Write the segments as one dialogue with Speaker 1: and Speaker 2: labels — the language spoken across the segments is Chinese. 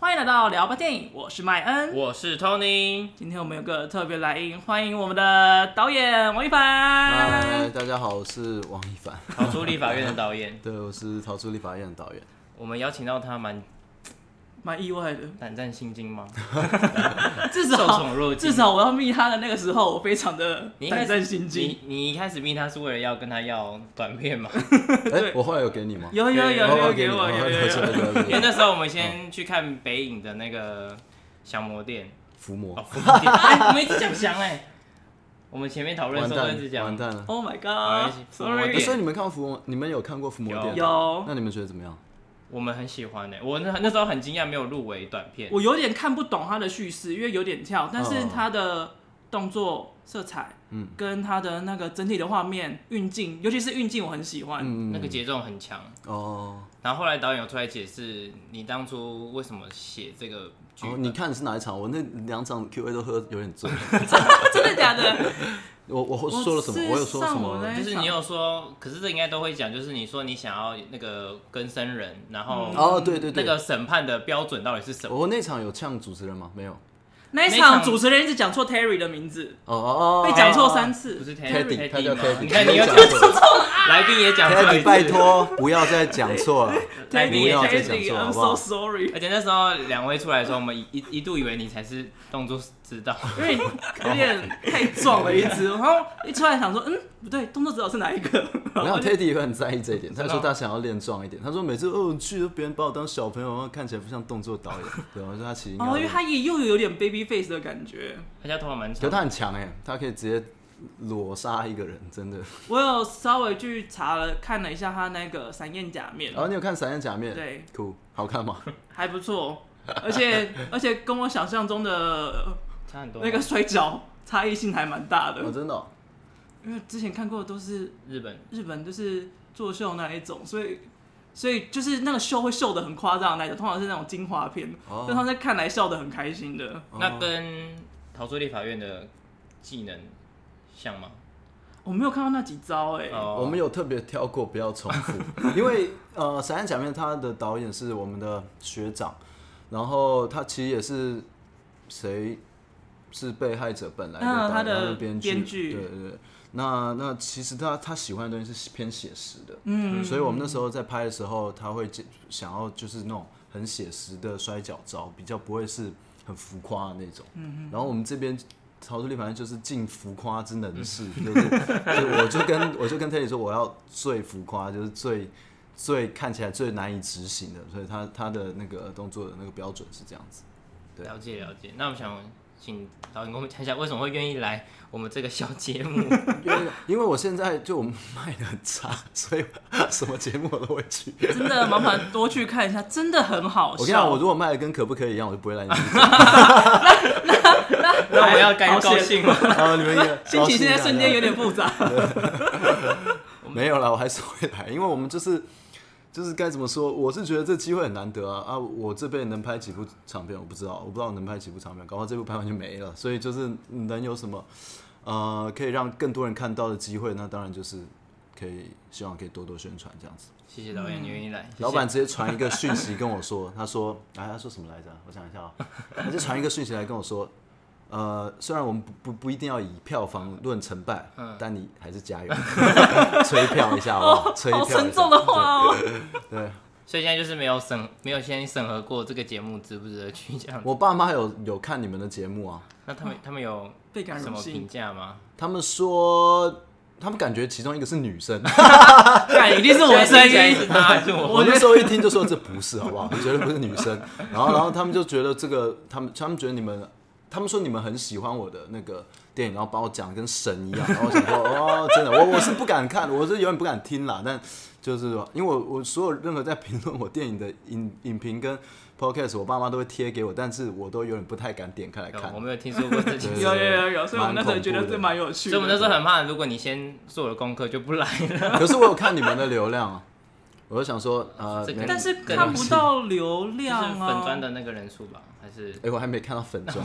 Speaker 1: 来到聊吧电影，我是麦恩。
Speaker 2: 我是 Tony。
Speaker 1: 今天我们有个特别来宾，欢迎我们的导演王一
Speaker 3: 嗨，
Speaker 1: 凡。
Speaker 3: 大家好，我是王一凡。，
Speaker 2: 逃出立法院的导演
Speaker 3: 对，我是逃出立法院的导演。
Speaker 2: 我们邀请到他蛮
Speaker 1: 蛮意外的，
Speaker 2: 胆战心惊吗？
Speaker 1: 至
Speaker 2: 受
Speaker 1: 少
Speaker 2: 宠若惊
Speaker 1: 至少我要密他的那个时候，我非常的
Speaker 2: 你一开
Speaker 1: 胆
Speaker 2: 始
Speaker 1: 战心惊。
Speaker 2: 你你一开始密他是为了要跟他要短 片嘛？
Speaker 3: 哎、我后来有给你吗？
Speaker 1: 有有有
Speaker 3: 哦
Speaker 1: 有
Speaker 3: 给
Speaker 1: 给我
Speaker 3: 哦
Speaker 1: 有有
Speaker 3: 对对
Speaker 1: 有，
Speaker 3: 对
Speaker 2: 因为
Speaker 3: 对对
Speaker 2: 那时候我们先去看北影的那个降魔殿，
Speaker 3: 伏魔
Speaker 2: 哦，，伏魔殿 哎我们一直讲降哎，我们前面讨论
Speaker 3: 完
Speaker 2: 的时候
Speaker 3: 蛋
Speaker 2: 一直
Speaker 3: 了，
Speaker 2: 讲
Speaker 3: 完，蛋了。
Speaker 1: Oh my
Speaker 2: 关系伏魔
Speaker 1: God，Sorry，
Speaker 3: 哎
Speaker 2: 殿
Speaker 3: 所以你们看过伏魔，你们有看过伏魔
Speaker 2: 有
Speaker 3: 殿？
Speaker 1: 有
Speaker 3: 那你们觉得怎么样？
Speaker 2: 我们很喜欢哎，我那那时候很惊讶没有入围短片，
Speaker 1: 我有点看不懂他的叙事，因为有点跳，但是他的动作色彩，
Speaker 3: 嗯，
Speaker 1: 跟他的那个整体的画面运镜，尤其是运镜我很喜欢。
Speaker 3: 嗯，
Speaker 2: 那个节奏很强。
Speaker 3: 哦，
Speaker 2: 然后后来导演有出来解释，你当初为什么写这个剧
Speaker 3: 哦，
Speaker 2: 本？
Speaker 3: 你看你是哪一场？我那两场 Q A 都喝有点醉。
Speaker 1: 真的假的？
Speaker 3: 我我
Speaker 1: 我
Speaker 3: 说了什么？
Speaker 1: 是
Speaker 3: 我有说什
Speaker 1: 上午
Speaker 3: 么
Speaker 1: 那？
Speaker 2: 就是你有说，可是这应该都会讲，就是你说你想要那个跟生人，然后
Speaker 1: 嗯
Speaker 3: 哦，对对
Speaker 2: 那
Speaker 3: 对，哦
Speaker 2: 个审判的标准到底是什么？
Speaker 3: 我那场有呛主持人吗？没有。
Speaker 1: 那一
Speaker 2: 那一
Speaker 1: 场
Speaker 2: 场
Speaker 1: 主持人一直讲错 Terry 的名字，
Speaker 3: 哦哦
Speaker 1: 被
Speaker 3: 哦
Speaker 1: 讲错三次。
Speaker 2: 不是
Speaker 3: ，Teddy，他
Speaker 2: Teddy
Speaker 3: 叫
Speaker 2: 吗
Speaker 3: Teddy，
Speaker 2: 你看你又讲
Speaker 3: 没讲
Speaker 2: 错，来宾也讲错一
Speaker 3: ，Teddy，
Speaker 2: 次
Speaker 3: 拜，托不要再讲错了，
Speaker 2: Teddy，
Speaker 3: 不要再讲错，
Speaker 1: Teddy，I'm
Speaker 3: 好不
Speaker 1: so
Speaker 3: 好？
Speaker 1: sorry。
Speaker 2: 而且那时候两位出来的时候，我们一一一度以为你才是动作指导，
Speaker 1: 因为有点太壮了一只， 然后一出来想说，嗯，不对，动作指导是哪一个？
Speaker 3: 我
Speaker 1: 然后
Speaker 3: 想
Speaker 1: 就
Speaker 3: Teddy 也很在意这一点，他
Speaker 2: 的哦
Speaker 3: 说他想要练壮一点。他说每次哦去，别人把我当小朋友，然后看起来不像动作导演。对，我说他其实应该要
Speaker 1: 哦，因
Speaker 3: 练，
Speaker 1: 为他也又有点 baby face 的感觉。
Speaker 2: 他家头发蛮
Speaker 3: 可是
Speaker 2: 长。
Speaker 3: 他很强哎，他可以直接裸杀一个人，真的。
Speaker 1: 我有稍微去查了看了一下他那个闪焰假面
Speaker 3: 然，后你有看《闪电假面》？
Speaker 1: 对，
Speaker 3: 酷，好看吗？
Speaker 1: 还不错，而且而且跟我想象中的
Speaker 2: 差很多。
Speaker 1: 那个摔跤差异性还蛮大
Speaker 3: 哦，
Speaker 1: 的，
Speaker 3: 真的哦。
Speaker 1: 因为之前看过的都是
Speaker 2: 日本
Speaker 1: 日本就是作秀那一种，所以所以就是那个秀会秀的很夸张的那一种，通常是那种精华片，
Speaker 3: 哦
Speaker 1: 但他在看来笑的很开心的。
Speaker 2: 那跟逃出立法院的技能像吗？
Speaker 1: 我没有看到那几招哎、
Speaker 2: 哦
Speaker 3: 我们有特别挑过不要重复，因为呃，《闪电假面》他的导演是我们的学长，然后他其实也是谁是被害者本来的导
Speaker 1: 嗯
Speaker 3: 演，
Speaker 1: 他的
Speaker 3: 是编
Speaker 1: 编剧
Speaker 3: 对对对。那那其实他他喜欢的东西是偏写实的，嗯，所以我们那时候在拍的时候，他会接想要就是那种很写实的摔跤招，比较不会是很浮夸的那种，嗯然后我们这边曹助力反正就是尽浮夸之能事， 就是就我就跟我就跟 Terry 说，我要最浮夸，就是最最看起来最难以执行的，所以他他的那个动作的那个标准是这样子。对
Speaker 2: 了解了解。那我们想请导演跟我们讲一下，为什么会愿意来我们这个小节目？
Speaker 3: 因为因为我现在就我们卖的很差，所以什么节目我都会 去。
Speaker 1: 真的麻烦多去看一下，真的很好
Speaker 3: 我跟你讲，
Speaker 1: 笑。
Speaker 3: 我如果卖的跟可不可以一样，我就不会来你 们。
Speaker 2: 那我们要该高兴吗？
Speaker 3: 啊，你们也
Speaker 1: 心情现在瞬间有
Speaker 3: 点
Speaker 1: 点复杂。
Speaker 3: 没有啦，我还是会来，因为我们就是就是该怎么说，我是觉得这机会很难得啊啊！我这辈子能拍几部长片，我不知道，我不知道我能拍几部长片，搞不好这部拍完就没了，所以就是能有什么呃可以让更多人看到的机会，那当然就是可以希望可以多多宣传这样子。
Speaker 2: 谢谢导演，你愿意来。谢谢
Speaker 3: 嗯老板直接传一个讯息跟我说， 他说，哎，他说什么来着？我想一下啊、他就传一个讯息来跟我说，呃，虽然我们不不不一定要以票房论成败，
Speaker 1: 嗯
Speaker 3: 但你还是加油， 吹票一下好不好？吹票
Speaker 1: 哦好
Speaker 3: 一下
Speaker 1: 沉重的话哦。
Speaker 3: 对
Speaker 2: 所以现在就是没有审，没有先审核过这个节目值不值得去这样。
Speaker 3: 我爸妈有有看你们的节目啊，
Speaker 2: 那他们他们有
Speaker 1: 倍感
Speaker 2: 什
Speaker 1: 荣
Speaker 2: 么评
Speaker 1: 幸，
Speaker 2: 价吗？
Speaker 3: 他们说。他们感觉其中一个是女生，
Speaker 1: 对，一定是我的声
Speaker 2: 现在听起来是
Speaker 1: 音。
Speaker 2: 他还 是我？
Speaker 3: 我那时候一听就说这不是，好不好？绝对不是女生。然后，然后他们就觉得这个，他们他们觉得你们，他们说你们很喜欢我的那个电影，然后把我讲的跟神一样。然后我想说，哦，真的，我我是不敢看，我是有点不敢听啦。但就是因为我我所有任何在评论我电影的影影评跟 podcast，我爸妈都会贴给我，但是我都有点不太敢点开来
Speaker 2: 有
Speaker 3: 看
Speaker 2: 我。没有听说过这件
Speaker 3: 对
Speaker 2: 事。
Speaker 1: 有有有有，所以我们那时候
Speaker 3: 蛮恐怖
Speaker 1: 觉
Speaker 3: 的
Speaker 1: 得这蛮有趣
Speaker 2: 所
Speaker 1: 的。
Speaker 2: 以我们那时候很怕，如果你先做了功课就不来了。
Speaker 3: 可是我有看你们的流量啊，我就想说，呃
Speaker 2: 这，个
Speaker 3: 没
Speaker 1: 但是
Speaker 2: 更
Speaker 1: 看不到流
Speaker 2: 就
Speaker 1: 量
Speaker 2: 是
Speaker 1: 啊。
Speaker 2: 粉砖的那个人数吧，还是
Speaker 3: 哎、我还没看到粉 妆，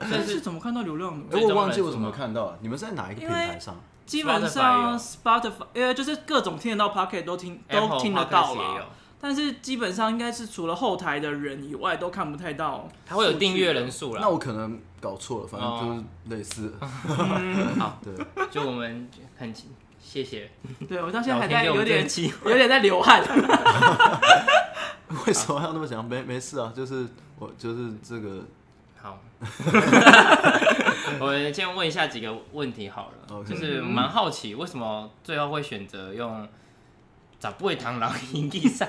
Speaker 1: 但哎是怎么看到流量的？
Speaker 3: 哎、
Speaker 2: 追
Speaker 3: 我
Speaker 2: 踪
Speaker 3: 忘
Speaker 2: 人
Speaker 3: 记我
Speaker 2: 数
Speaker 3: 怎么
Speaker 2: 吗
Speaker 3: 看到了，你们是在哪一个
Speaker 1: 因
Speaker 3: 平
Speaker 1: 为
Speaker 3: 台上？
Speaker 1: 基本上 Spotify 呃就是各种听得到 Pocket 都听都
Speaker 2: Apple
Speaker 1: 听得到
Speaker 2: Podcast 也
Speaker 1: 了
Speaker 2: 有，
Speaker 1: 但是基本上应该是除了后台的人以外，都看不太 到。
Speaker 2: 它会有订阅人数啦
Speaker 3: 那。我可能搞错了，反正就是类似，
Speaker 2: 好，
Speaker 3: 对，
Speaker 2: 就我们很谢谢
Speaker 1: 对我到现在
Speaker 2: 聊
Speaker 1: 还
Speaker 2: 天
Speaker 1: 在
Speaker 2: 给我
Speaker 1: 有
Speaker 2: 们这个
Speaker 1: 点
Speaker 2: 机 会。
Speaker 1: 有点在流 汗。
Speaker 3: 为什么要那么讲？没没事啊，就是我就是这个
Speaker 2: 好， 我们先问一下几个问题好了
Speaker 3: OK
Speaker 2: 就是蛮好奇为什么最后会选择用杂不会螳螂营地上，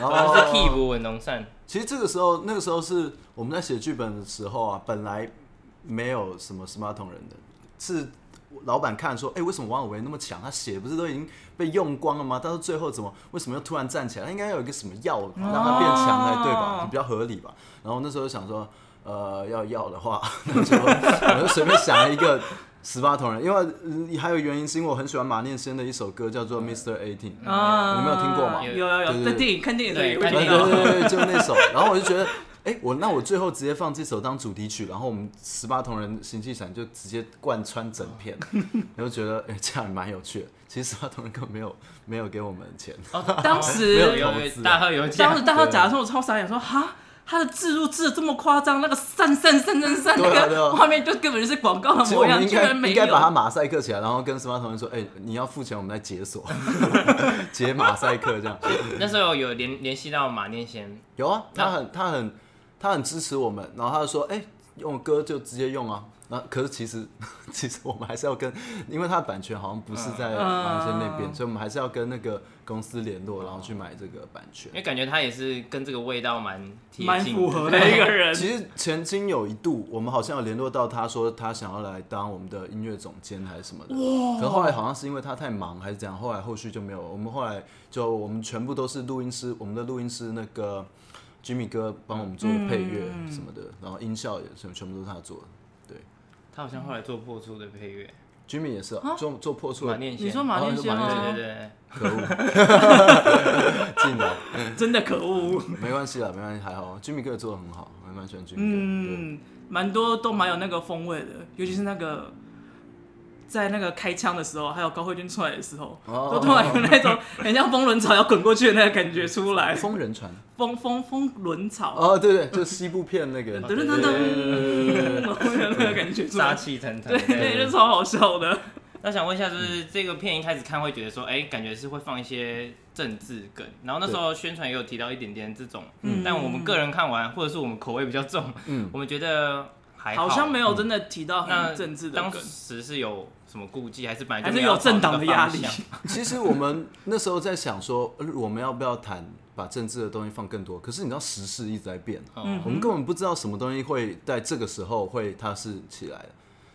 Speaker 3: 然
Speaker 2: 而不是
Speaker 3: 后
Speaker 2: keep 文农散
Speaker 3: 其实这个时候，那个时候是我们在写剧本的时候啊，本来没有什么 smart 同人的，是老板看说，哎、为什么王有为那么强？他写不是都已经被用光了吗？到最后怎么为什么又突然站起来？他应该有一个什么药让他变强才对吧？比较合理吧。然后那时候想说，呃，要药的话，那就我就随便想了一个。 十八铜人，因为、嗯还有原因是因为我很喜欢马念先的一首歌，叫做《Mr. Eighteen》。
Speaker 1: 啊
Speaker 3: 嗯你们有听过吗
Speaker 1: 有有
Speaker 3: 对
Speaker 1: 有，
Speaker 3: 对
Speaker 1: 在
Speaker 3: 对
Speaker 1: 电影看电影的
Speaker 2: 对
Speaker 1: 也会
Speaker 2: 看
Speaker 1: 听
Speaker 3: 对
Speaker 2: 电
Speaker 1: 到
Speaker 2: 影。
Speaker 3: 对对对，就那首。然后我就觉得，哎、我那我最后直接放这首当主题曲，然后我们十八铜人行气伞就直接贯穿整 片，然后觉得，哎、这样蛮有趣的。其实十八铜人根本没有 没有给我们钱，
Speaker 2: 哦，
Speaker 1: 当时
Speaker 2: 有
Speaker 3: 没有
Speaker 2: 有
Speaker 3: 投
Speaker 2: 有
Speaker 3: 资啊
Speaker 2: 大贺有
Speaker 1: 当
Speaker 2: 奖
Speaker 1: 时，大家讲的时候，我超傻眼，说哈。他的字入字的这么夸张，那个散散散散散，
Speaker 3: 对啊
Speaker 1: 那
Speaker 3: 对啊
Speaker 1: 个画面就根本就是广告的
Speaker 3: 其实我
Speaker 1: 模
Speaker 3: 们
Speaker 1: 样，
Speaker 3: 应
Speaker 1: 居
Speaker 3: 该
Speaker 1: 然没
Speaker 3: 应该把它
Speaker 1: 有。
Speaker 3: 马赛克起来，然后跟十八铜人说，哎、你要付钱，我们来解锁， 解马赛克这样。
Speaker 2: 那时候有联联系到马念先，
Speaker 3: 有啊，他很他很他很支持我们，然后他就说，哎、用歌就直接用啊。那可是其实 其实我们还是要跟，因为它的版权好像不是在王先那边，所以我们还是要跟那个公司联络，然后去买这个版权
Speaker 2: 因。为感觉他也是跟这个味道蛮贴
Speaker 1: 蛮
Speaker 2: 近
Speaker 1: 符合的一个人，
Speaker 3: 其实曾经有一度，我们好像有联络到他说他想要来当我们的音乐总监还是什么的，可是后来好像是因为他太忙还是怎样，后来后续就没有。我们后来就我们全部都是录音师，我们的录音师那
Speaker 1: 嗯
Speaker 3: 个 Jimmy 哥帮我们做的配乐什么的，然后音效也全全部都是他做的。对
Speaker 2: 他好像后来做破处的配乐，
Speaker 3: ，Jimmy 也是啊做做破处
Speaker 2: 马
Speaker 3: 的，
Speaker 2: 念先，
Speaker 1: 你说马念先
Speaker 3: 哦
Speaker 2: 对
Speaker 3: 就马
Speaker 2: 对
Speaker 1: 吗？
Speaker 2: 对，
Speaker 3: 可恶， 进来
Speaker 1: 真的可恶。
Speaker 3: 没关系啦，没关系，还好，Jimmy 哥也做的很好，我还蛮喜欢 Jimmy 哥。对
Speaker 1: 嗯，蛮多都蛮有那个风味的，尤其是那个在那个开枪的时候，还有高慧君出来的时候，
Speaker 3: 哦
Speaker 1: 都突然有那种 很像风轮草要滚过去的那个感觉出来，
Speaker 3: 风人传
Speaker 1: 风风风轮草，
Speaker 3: 哦，对对，就西部片那个，
Speaker 1: 噔噔噔噔，然后有 那个感觉出
Speaker 2: 杀
Speaker 1: 来，
Speaker 2: 气腾腾，
Speaker 1: 对，那就超好笑的。
Speaker 2: 那想问一下，
Speaker 3: 嗯
Speaker 2: 就是这个片一开始看会觉得说，哎、感觉是会放一些政治梗，然后那时候宣传也有提到一点点这种，但我们个人看完，或者是我们口味比较重，
Speaker 3: 嗯
Speaker 2: 我们觉得还好
Speaker 1: 好像没有真的提到
Speaker 2: 那
Speaker 1: 很政治的
Speaker 2: 当
Speaker 1: 梗，
Speaker 2: 时是有什么顾忌，还是本来
Speaker 1: 还
Speaker 2: 就是没有
Speaker 1: 有政党的压力
Speaker 2: 朝这个方 向。
Speaker 3: 其实我们那时候在想说，呃我们要不要谈把政治的东西放更多？可是你知道时事一直在变，
Speaker 1: 嗯
Speaker 3: 我们根本不知道什么东西会在这个时候会它是起来的。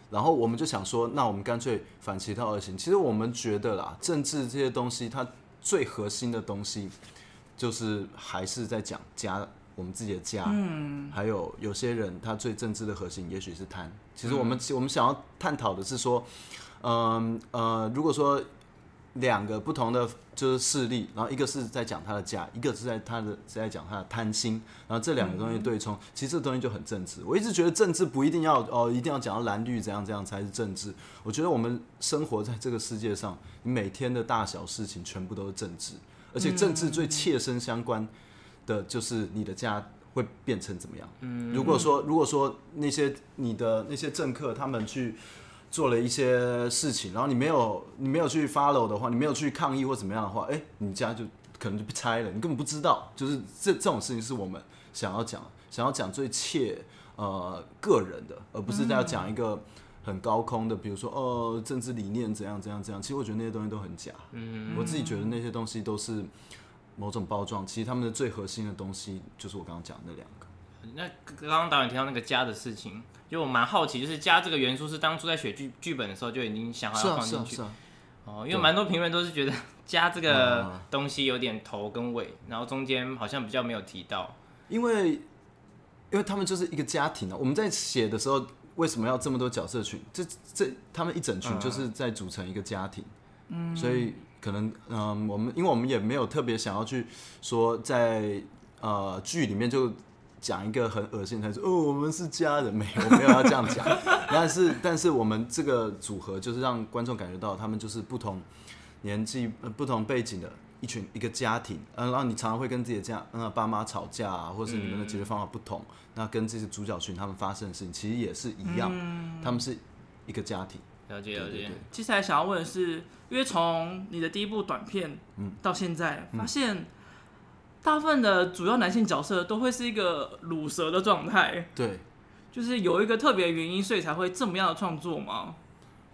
Speaker 3: 然后我们就想说，那我们干脆反其道而行。其实我们觉得啦，政治这些东西，它最核心的东西就是还是在讲家，我们自己的家。嗯，还有有些人他最政治的核心也许是贪。其实我们、我们想要探讨的是说，嗯呃，如果说两个不同的就是势力，然后一个是在讲他的价，一个是在他的是在讲他的贪心，然后这两个东西对冲，其实这东西就很政治。我一直觉得政治不一定要哦，一定要讲到蓝绿怎样怎样才是政治。我觉得我们生活在这个世界上，你每天的大小事情全部都是政治，而且政治最切身相关的就是你的家会变成怎么样。嗯，如果说如果说那些你的那些政客他们去。做了一些事情，然后你没有你没有去 follow 的话，你没有去抗议或怎么样的话，哎、你家就可能就被拆了，你根本不知道。就是这这种事情是我们想要讲，想要讲最切呃个人的，而不是要讲一个很高空的，比如说哦政治理念怎样怎样怎样。其实我觉得那些东西都很假，嗯，我自己觉得那些东西都是某种包装，其实他们的最核心的东西就是我刚刚讲的那两个。
Speaker 2: 那刚刚导演提到那个家的事情，就我蛮好奇，就是家这个元素是当初在写剧剧本的时候就已经想好
Speaker 3: 是
Speaker 2: 要
Speaker 3: 啊
Speaker 2: 放
Speaker 3: 是
Speaker 2: 进
Speaker 3: 啊
Speaker 2: 去
Speaker 3: 是啊，
Speaker 2: 哦，因为蛮多评论都是觉得加这个
Speaker 3: 啊
Speaker 2: 东西有点头跟尾，然后中间好像比较没有提到。
Speaker 3: 因为因为他们就是一个家庭啊。我们在写的时候，为什么要这么多角色群？这这他们一整群就是在组成一个家庭，嗯，所以可能嗯，我们因为我们也没有特别想要去说在呃剧里面就。讲一个很恶心的台词，哦，我们是家人，没有，我没有要这样讲。 但是，但是我们这个组合就是让观众感觉到他们就是不同年纪、呃不同背景的，一群一个家庭，嗯、然后你常常会跟自己的家嗯爸妈吵架啊，或是你们的解决方法不同，那跟这些主角群他们发生的事情其实也是一样，他们是一个家庭，
Speaker 2: 了解了
Speaker 3: 对对
Speaker 2: 解
Speaker 3: 对，
Speaker 1: 接下来想要问的是，因为从你的第一部短片，到现在、发现，大部分的主要男性角色都会是一个乳蛇的状态，
Speaker 3: 对，
Speaker 1: 就是有一个特别原因，所以才会这么样的创作吗？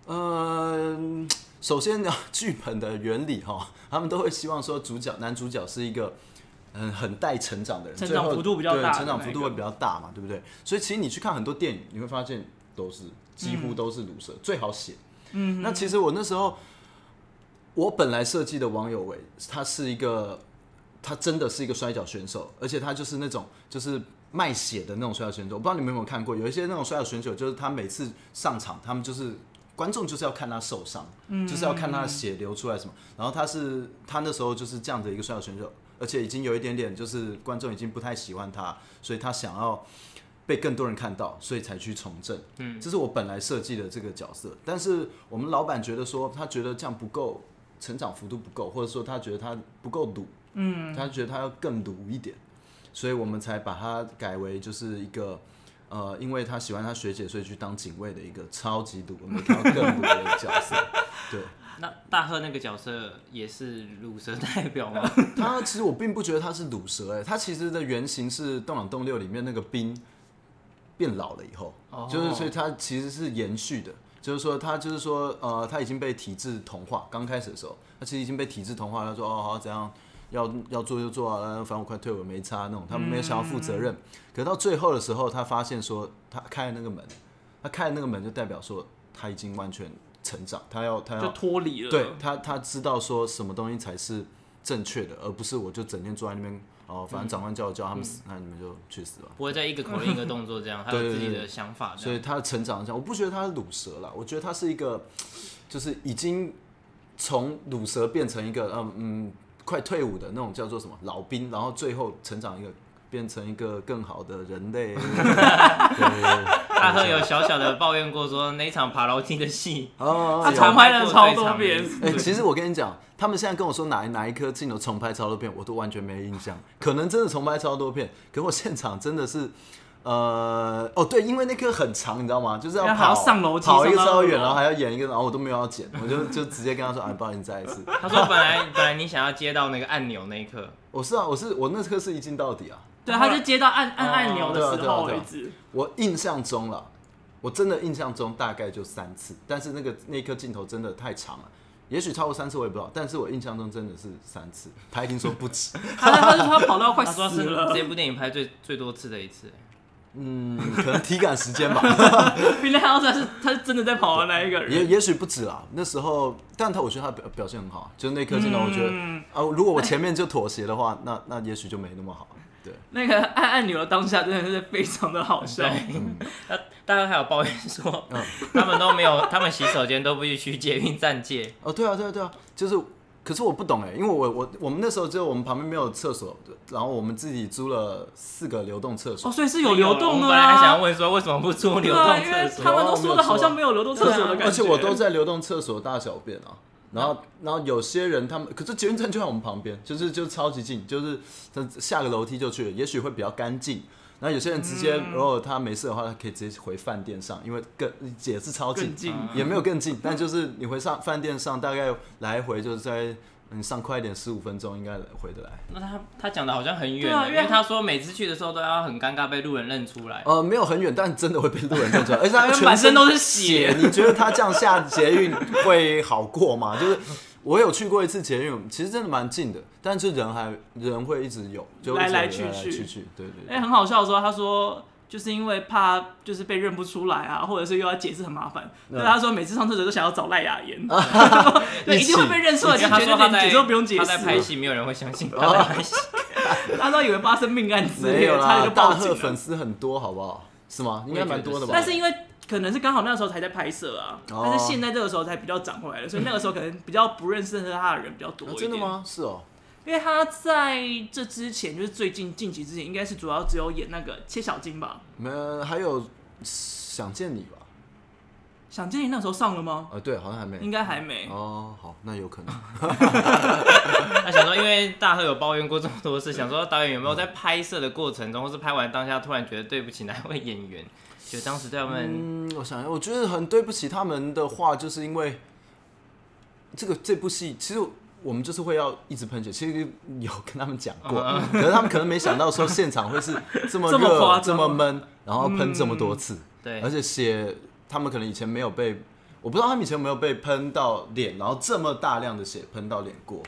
Speaker 3: 嗯，首先呢，剧本的原理哈，他们都会希望说主角男主角是一个很很带成长的人，
Speaker 1: 成
Speaker 3: 最
Speaker 1: 长
Speaker 3: 后
Speaker 1: 幅度比较
Speaker 3: 对
Speaker 1: 大的
Speaker 3: 成长幅
Speaker 1: 那
Speaker 3: 度
Speaker 1: 个
Speaker 3: 会比较大嘛，对不对？所以其实你去看很多电影，你会发现都是几乎都是乳蛇、最好写。嗯，那其实我那时候我本来设计的王有为，他是一个他真的是一个摔跤选手，而且他就是那种就是卖血的那种摔跤选手。我不知道你们有没有看过，有一些那种摔跤选手，就是他每次上场，他们就是观众就是要看他受伤，就是要看他的血流出来什么。然后他是他那时候就是这样的一个摔跤选手，而且已经有一点点就是观众已经不太喜欢他，所以他想要。被更多人看到，所以才去从政。嗯，这是我本来设计的这个角色，但是我们老板觉得说，他觉得这样不够，成长幅度不够，或者说他觉得他不够鲁，嗯，他觉得他要更鲁一点，所以我们才把他改为就是一个。呃，因为他喜欢他学姐，所以去当警卫的一个超级鲁，我们看到更鲁的一个角色。对
Speaker 2: 那大赫那个角色也是乳蛇代表 吗？
Speaker 3: 他，其实我并不觉得他是鲁蛇、哎，他其实的原型是《动朗动六》里面那个兵变老了以后，
Speaker 2: 哦
Speaker 3: 就是所以他其实是延续的，就是说他就是说呃他已经被体制同化，刚开始的时候他其实已经被体制同化，他说哦好怎样要要做就做啊，反正我快退我没差那种，他们没有想要负责
Speaker 1: 嗯
Speaker 3: 任。可到最后的时候，他发现说他开了那个门，他开了那个门就代表说他已经完全成长，他要他
Speaker 1: 就
Speaker 3: 要
Speaker 1: 脱离了，
Speaker 3: 哎对他他知道说什么东西才是正确的，而不是我就整天坐在那边哦，
Speaker 1: 嗯
Speaker 3: 反正长官叫我叫他们死，那你们就去死吧。
Speaker 2: 不会在一个口令一个动作这样，他有
Speaker 3: 对
Speaker 2: 自
Speaker 3: 对
Speaker 2: 己
Speaker 3: 对
Speaker 2: 的想法这
Speaker 3: 所以
Speaker 2: 样。
Speaker 3: 他的成长是这样，我不觉得他是乳蛇啦，我觉得他是一个，就是已经从乳蛇变成一个嗯嗯快退伍的那种叫做什么老兵，然后最后成长一个变成一个更好的人类。对
Speaker 2: 大赫有小小的抱怨过说那一场爬楼梯的 戏，
Speaker 3: 哦，
Speaker 1: 他
Speaker 3: 有
Speaker 1: 重拍了超多遍，
Speaker 3: 哎、其实我跟你讲，他们现在跟我说哪哪一颗镜头重拍超多片，我都完全没印象。可能真的重拍超多片，可我现场真的是，呃，哦对，因为那颗很长，你知道吗？就是要
Speaker 1: 因为还
Speaker 3: 跑
Speaker 1: 要上楼梯
Speaker 3: 跑一个
Speaker 1: 上到
Speaker 3: 超
Speaker 1: 二
Speaker 3: 远，
Speaker 1: 楼
Speaker 3: 然后还要演一个，然后我都没有要剪，我就就直接跟他说，哎，不好意思，你再来一 次。
Speaker 2: 他说本来本来你想要接到那个按钮那一刻，
Speaker 3: 我是啊，我是我那颗是一镜到底啊。
Speaker 1: 对，他就接到按按按钮
Speaker 3: 哦
Speaker 1: 的时
Speaker 3: 对啊
Speaker 1: 候
Speaker 3: 对
Speaker 1: 为
Speaker 3: 啊
Speaker 1: 止，
Speaker 3: 我印象中了，我真的印象中大概就三次，但是那个那颗镜头真的太长了。也许超过三次我也不知道，但是我印象中真的是三次。他一定说不止，
Speaker 1: 他他就说他跑到快
Speaker 2: 他说
Speaker 1: 死
Speaker 2: 是
Speaker 1: 了，
Speaker 2: 这部电影拍最最多次的 一次。
Speaker 3: 嗯，可能体感时间吧，
Speaker 1: 比那还要他是他是真的在跑的那一个
Speaker 3: 也
Speaker 1: 人。
Speaker 3: 也许不止啦。那时候，但他我觉得他表表现很好，啊就是那颗镜头，我觉得、
Speaker 1: 嗯
Speaker 3: 啊，如果我前面就妥协的话，那那也许就没那么好。对，
Speaker 1: 那个按按钮的当下真的是非常的好笑，
Speaker 2: 对，
Speaker 3: 嗯
Speaker 2: 他大家还有抱怨说，他们都没有，他们洗手间都不去去捷运站借，
Speaker 3: 哦，对啊，对啊，对啊，就是，可是我不懂哎，因为我我我们那时候就我们旁边没有厕所，然后我们自己租了四个流动厕
Speaker 1: 哦，，
Speaker 3: 所
Speaker 1: 所以是有流动的
Speaker 2: 啊我们本来还想
Speaker 1: 啦
Speaker 2: 要。问说为什么不租流
Speaker 1: 对啊，
Speaker 2: 动
Speaker 1: 因为
Speaker 2: 厕
Speaker 1: 他
Speaker 2: 所？
Speaker 1: 们都说的好像没有流动 厕所的感觉，
Speaker 3: 而且我都在流动厕所大小便啊。然后，然后有些人他们，可是捷运站就在我们旁边，就是就超级近，就是下个楼梯就去了，也许会比较干净。然后有些人直接，
Speaker 1: 嗯
Speaker 3: 如果他没事的话，他可以直接回饭店上，因为更也是超近，
Speaker 1: 更近
Speaker 3: 也没有更近，但就是你回上饭店上，大概来回就是在你上快一点，十五分钟应该回得来。
Speaker 2: 那他他讲的好像很远
Speaker 1: 对啊
Speaker 2: 欸，因
Speaker 1: 因为
Speaker 2: 为他说每次去的时候都要很尴尬被路人认出来。
Speaker 3: 呃，没有很远，但真的会被路人认 出来，而且他
Speaker 1: 满
Speaker 3: 全
Speaker 1: 身
Speaker 3: 身
Speaker 1: 都是血，
Speaker 3: 你觉得他这样下捷运会好过吗？ 就是我有去过一次捷运，其实真的蛮近的，但是人还人会一直有，就
Speaker 1: 来
Speaker 3: 一直
Speaker 1: 来
Speaker 3: 有
Speaker 1: 去
Speaker 3: 来来
Speaker 1: 去
Speaker 3: 去去，对对
Speaker 1: 哎、
Speaker 3: 对。
Speaker 1: 很好笑的说，他说就是因为怕就是被认不出来啊，或者是又要解释很麻烦，所以他说每次上厕所都想要找赖雅妍，对，
Speaker 3: 一
Speaker 1: 一
Speaker 3: 起
Speaker 1: 定会被认出来，
Speaker 2: 因为
Speaker 1: 就
Speaker 2: 他
Speaker 1: 觉
Speaker 2: 说他
Speaker 1: 得
Speaker 2: 在
Speaker 1: 连解释都不用解
Speaker 2: 他
Speaker 1: 释
Speaker 2: 在拍
Speaker 1: 了，哦
Speaker 2: 戏，没有人会相信他在拍戏。
Speaker 1: 他说以为发生命案之
Speaker 3: 没
Speaker 1: 类
Speaker 3: 有
Speaker 1: 的，差
Speaker 3: 啦，
Speaker 1: 点就报
Speaker 3: 大赫
Speaker 1: 警啊
Speaker 3: 粉
Speaker 1: 了。
Speaker 3: 丝很多，好不好？是吗？应
Speaker 2: 我
Speaker 3: 该
Speaker 2: 也觉得
Speaker 3: 蛮多的吧？
Speaker 1: 但是因为可能是刚好那时候才在拍摄啊，
Speaker 3: 哦
Speaker 1: 但是现在这个时候才比较长回来了，所以那个时候可能比较不认识他的人比较多、
Speaker 3: 啊真的？吗？是哦，
Speaker 1: 因为他在这之前，就是最近近期之前，应该是主要只有演那个切小金吧，
Speaker 3: 没有还有想见你吧？
Speaker 1: 想见你那时候上了吗？
Speaker 3: 呃，对，好像还没
Speaker 1: 应该还没。
Speaker 3: 哦，好，那有可能。
Speaker 2: 他想说，因为大贺有抱怨过这么多次，想说导演有没有在拍摄的过程中，或是拍完当下突然觉得对不起哪位演 员，觉得当时对他们
Speaker 3: 嗯，我想一下，我觉得很对不起他们的话，就是因为这个这部戏，其实我们就是会要一直喷血，其实有跟他们讲过，可是他们可能没想到说现场会 是这么
Speaker 1: 啊这么夸张
Speaker 3: 热、
Speaker 1: 嗯
Speaker 3: 这么闷，然后喷这么多次，
Speaker 2: 对
Speaker 3: 而且血，他们可能以前没有被，我不知道他们以前有没有被喷到脸，然后这么大量的血喷到脸过。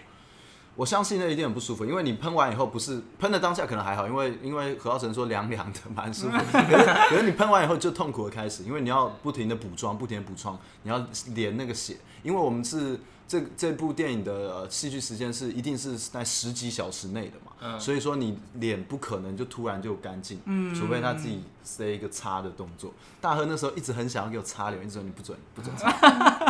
Speaker 3: 我相信那一定很不舒服，因为你喷完以后不是喷的当下可能还好，因为因为何浩晨说凉凉的蛮舒服，可是 可是你喷完以后就痛苦的开始，因为你要不停的补妆，不停的补妆，你要连那个血，因为我们是这这部电影的呃戏剧时间是一定是在十几小时内的嘛，
Speaker 2: 嗯
Speaker 3: 所以说你脸不可能就突然就干净，除非他自己塞一个擦的动作。大亨那时候一直很想要给我擦脸，一直说你不准不准擦，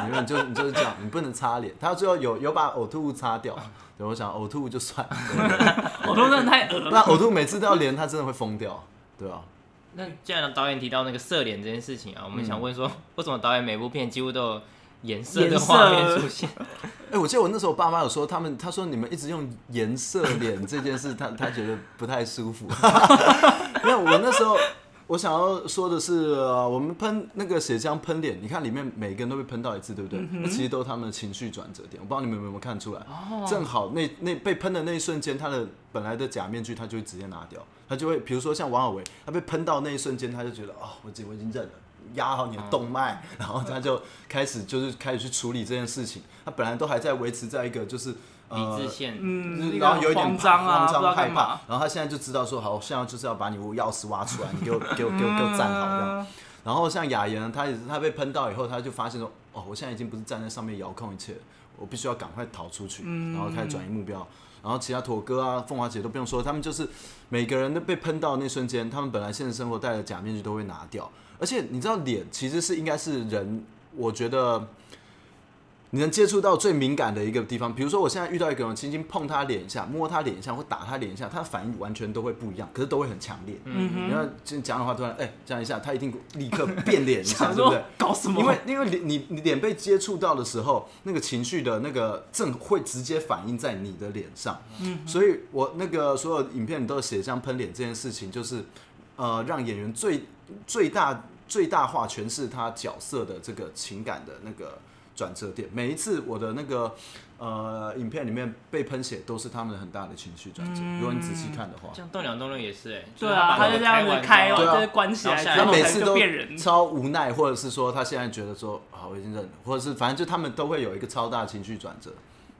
Speaker 3: 你们就你就是这样，你不能擦脸。他最后有有把呕吐物擦掉，对，我想呕吐物就算了，
Speaker 1: 我都真的太恶 了。
Speaker 3: 那呕吐每次都要连，他真的会疯掉，对啊。
Speaker 2: 那既然导演提到那个色脸这件事情啊，我们想问说，为什么导演每部片几乎都有颜色的
Speaker 1: 嗯颜色
Speaker 2: 画面出现？
Speaker 3: 哎、我记得我那时候爸妈有说，他们他说你们一直用颜色脸这件事，他他觉得不太舒服。 没有，我那时候我想要说的是，呃、我们喷那个血浆喷脸，你看里面每个人都被喷到一次，对不对？那其实都是他们的情绪转折点。我不知道你们有没有看出来，正好那那被喷的那一瞬间，他的本来的假面具他就会直接拿掉，他就会比如说像王小维，他被喷到那一瞬间，他就觉得哦，我已经我已经认了。压好你的动脉，然后他就开始就是开始去处理这件事情。他本来都还在维持在一个就是呃
Speaker 2: 理智线，
Speaker 1: 嗯，
Speaker 3: 然后有一点
Speaker 1: 慌张啊，
Speaker 3: 慌
Speaker 1: 不知道
Speaker 3: 张害
Speaker 1: 干
Speaker 3: 怕
Speaker 1: 嘛。，
Speaker 3: 然后他现在就知道说，好，我现在就是要把你钥匙挖出来，你给我给我给我给我站好这
Speaker 1: 嗯
Speaker 3: 样。然后像雅妍，她也是，她被喷到以后，她就发现说，哦，我现在已经不是站在上面遥控一切了，我必须要赶快逃出去，
Speaker 1: 嗯
Speaker 3: 然后开始转移目标。然后其他驼哥啊、凤华姐都不用说，他们就是每个人都被喷到的那瞬间，他们本来现实生活戴的假面具都会拿掉。而且你知道，脸其实是应该是人，我觉得你能接触到最敏感的一个地方。比如说，我现在遇到一个人，轻轻碰他脸一下，摸他脸一下，或打他脸一下，他的反应完全都会不一样，可是都会很强烈。
Speaker 1: 嗯哼，
Speaker 3: 你要今天讲的话，突然哎、这样一下，他一定立刻变脸一下，
Speaker 1: 想
Speaker 3: 对
Speaker 1: 说
Speaker 3: 不对？
Speaker 1: 搞什么？
Speaker 3: 因为因为脸你你脸被接触到的时候，那个情绪的那个正会直接反映在你的脸上。嗯，所以我那个所有影片里都有写像喷脸这件事情，就是呃让演员最最大最大化诠释他角色的这个情感的那个转折点。每一次我的那个呃影片里面被喷血，都是他们很大的情绪转折。
Speaker 1: 嗯
Speaker 3: 如果你仔细看的话。
Speaker 2: 像栋梁动论也是哎、
Speaker 1: 对啊，他
Speaker 2: 他
Speaker 1: 就这样子开哦，
Speaker 3: 对啊
Speaker 1: 就是关起来，
Speaker 2: 然
Speaker 3: 他
Speaker 2: 后
Speaker 3: 每
Speaker 1: 然后
Speaker 3: 次
Speaker 1: 就
Speaker 3: 都
Speaker 1: 变人。
Speaker 3: 超无奈，或者是说他现在觉得说啊我已经认了，或者是反正就他们都会有一个超大的情绪转折。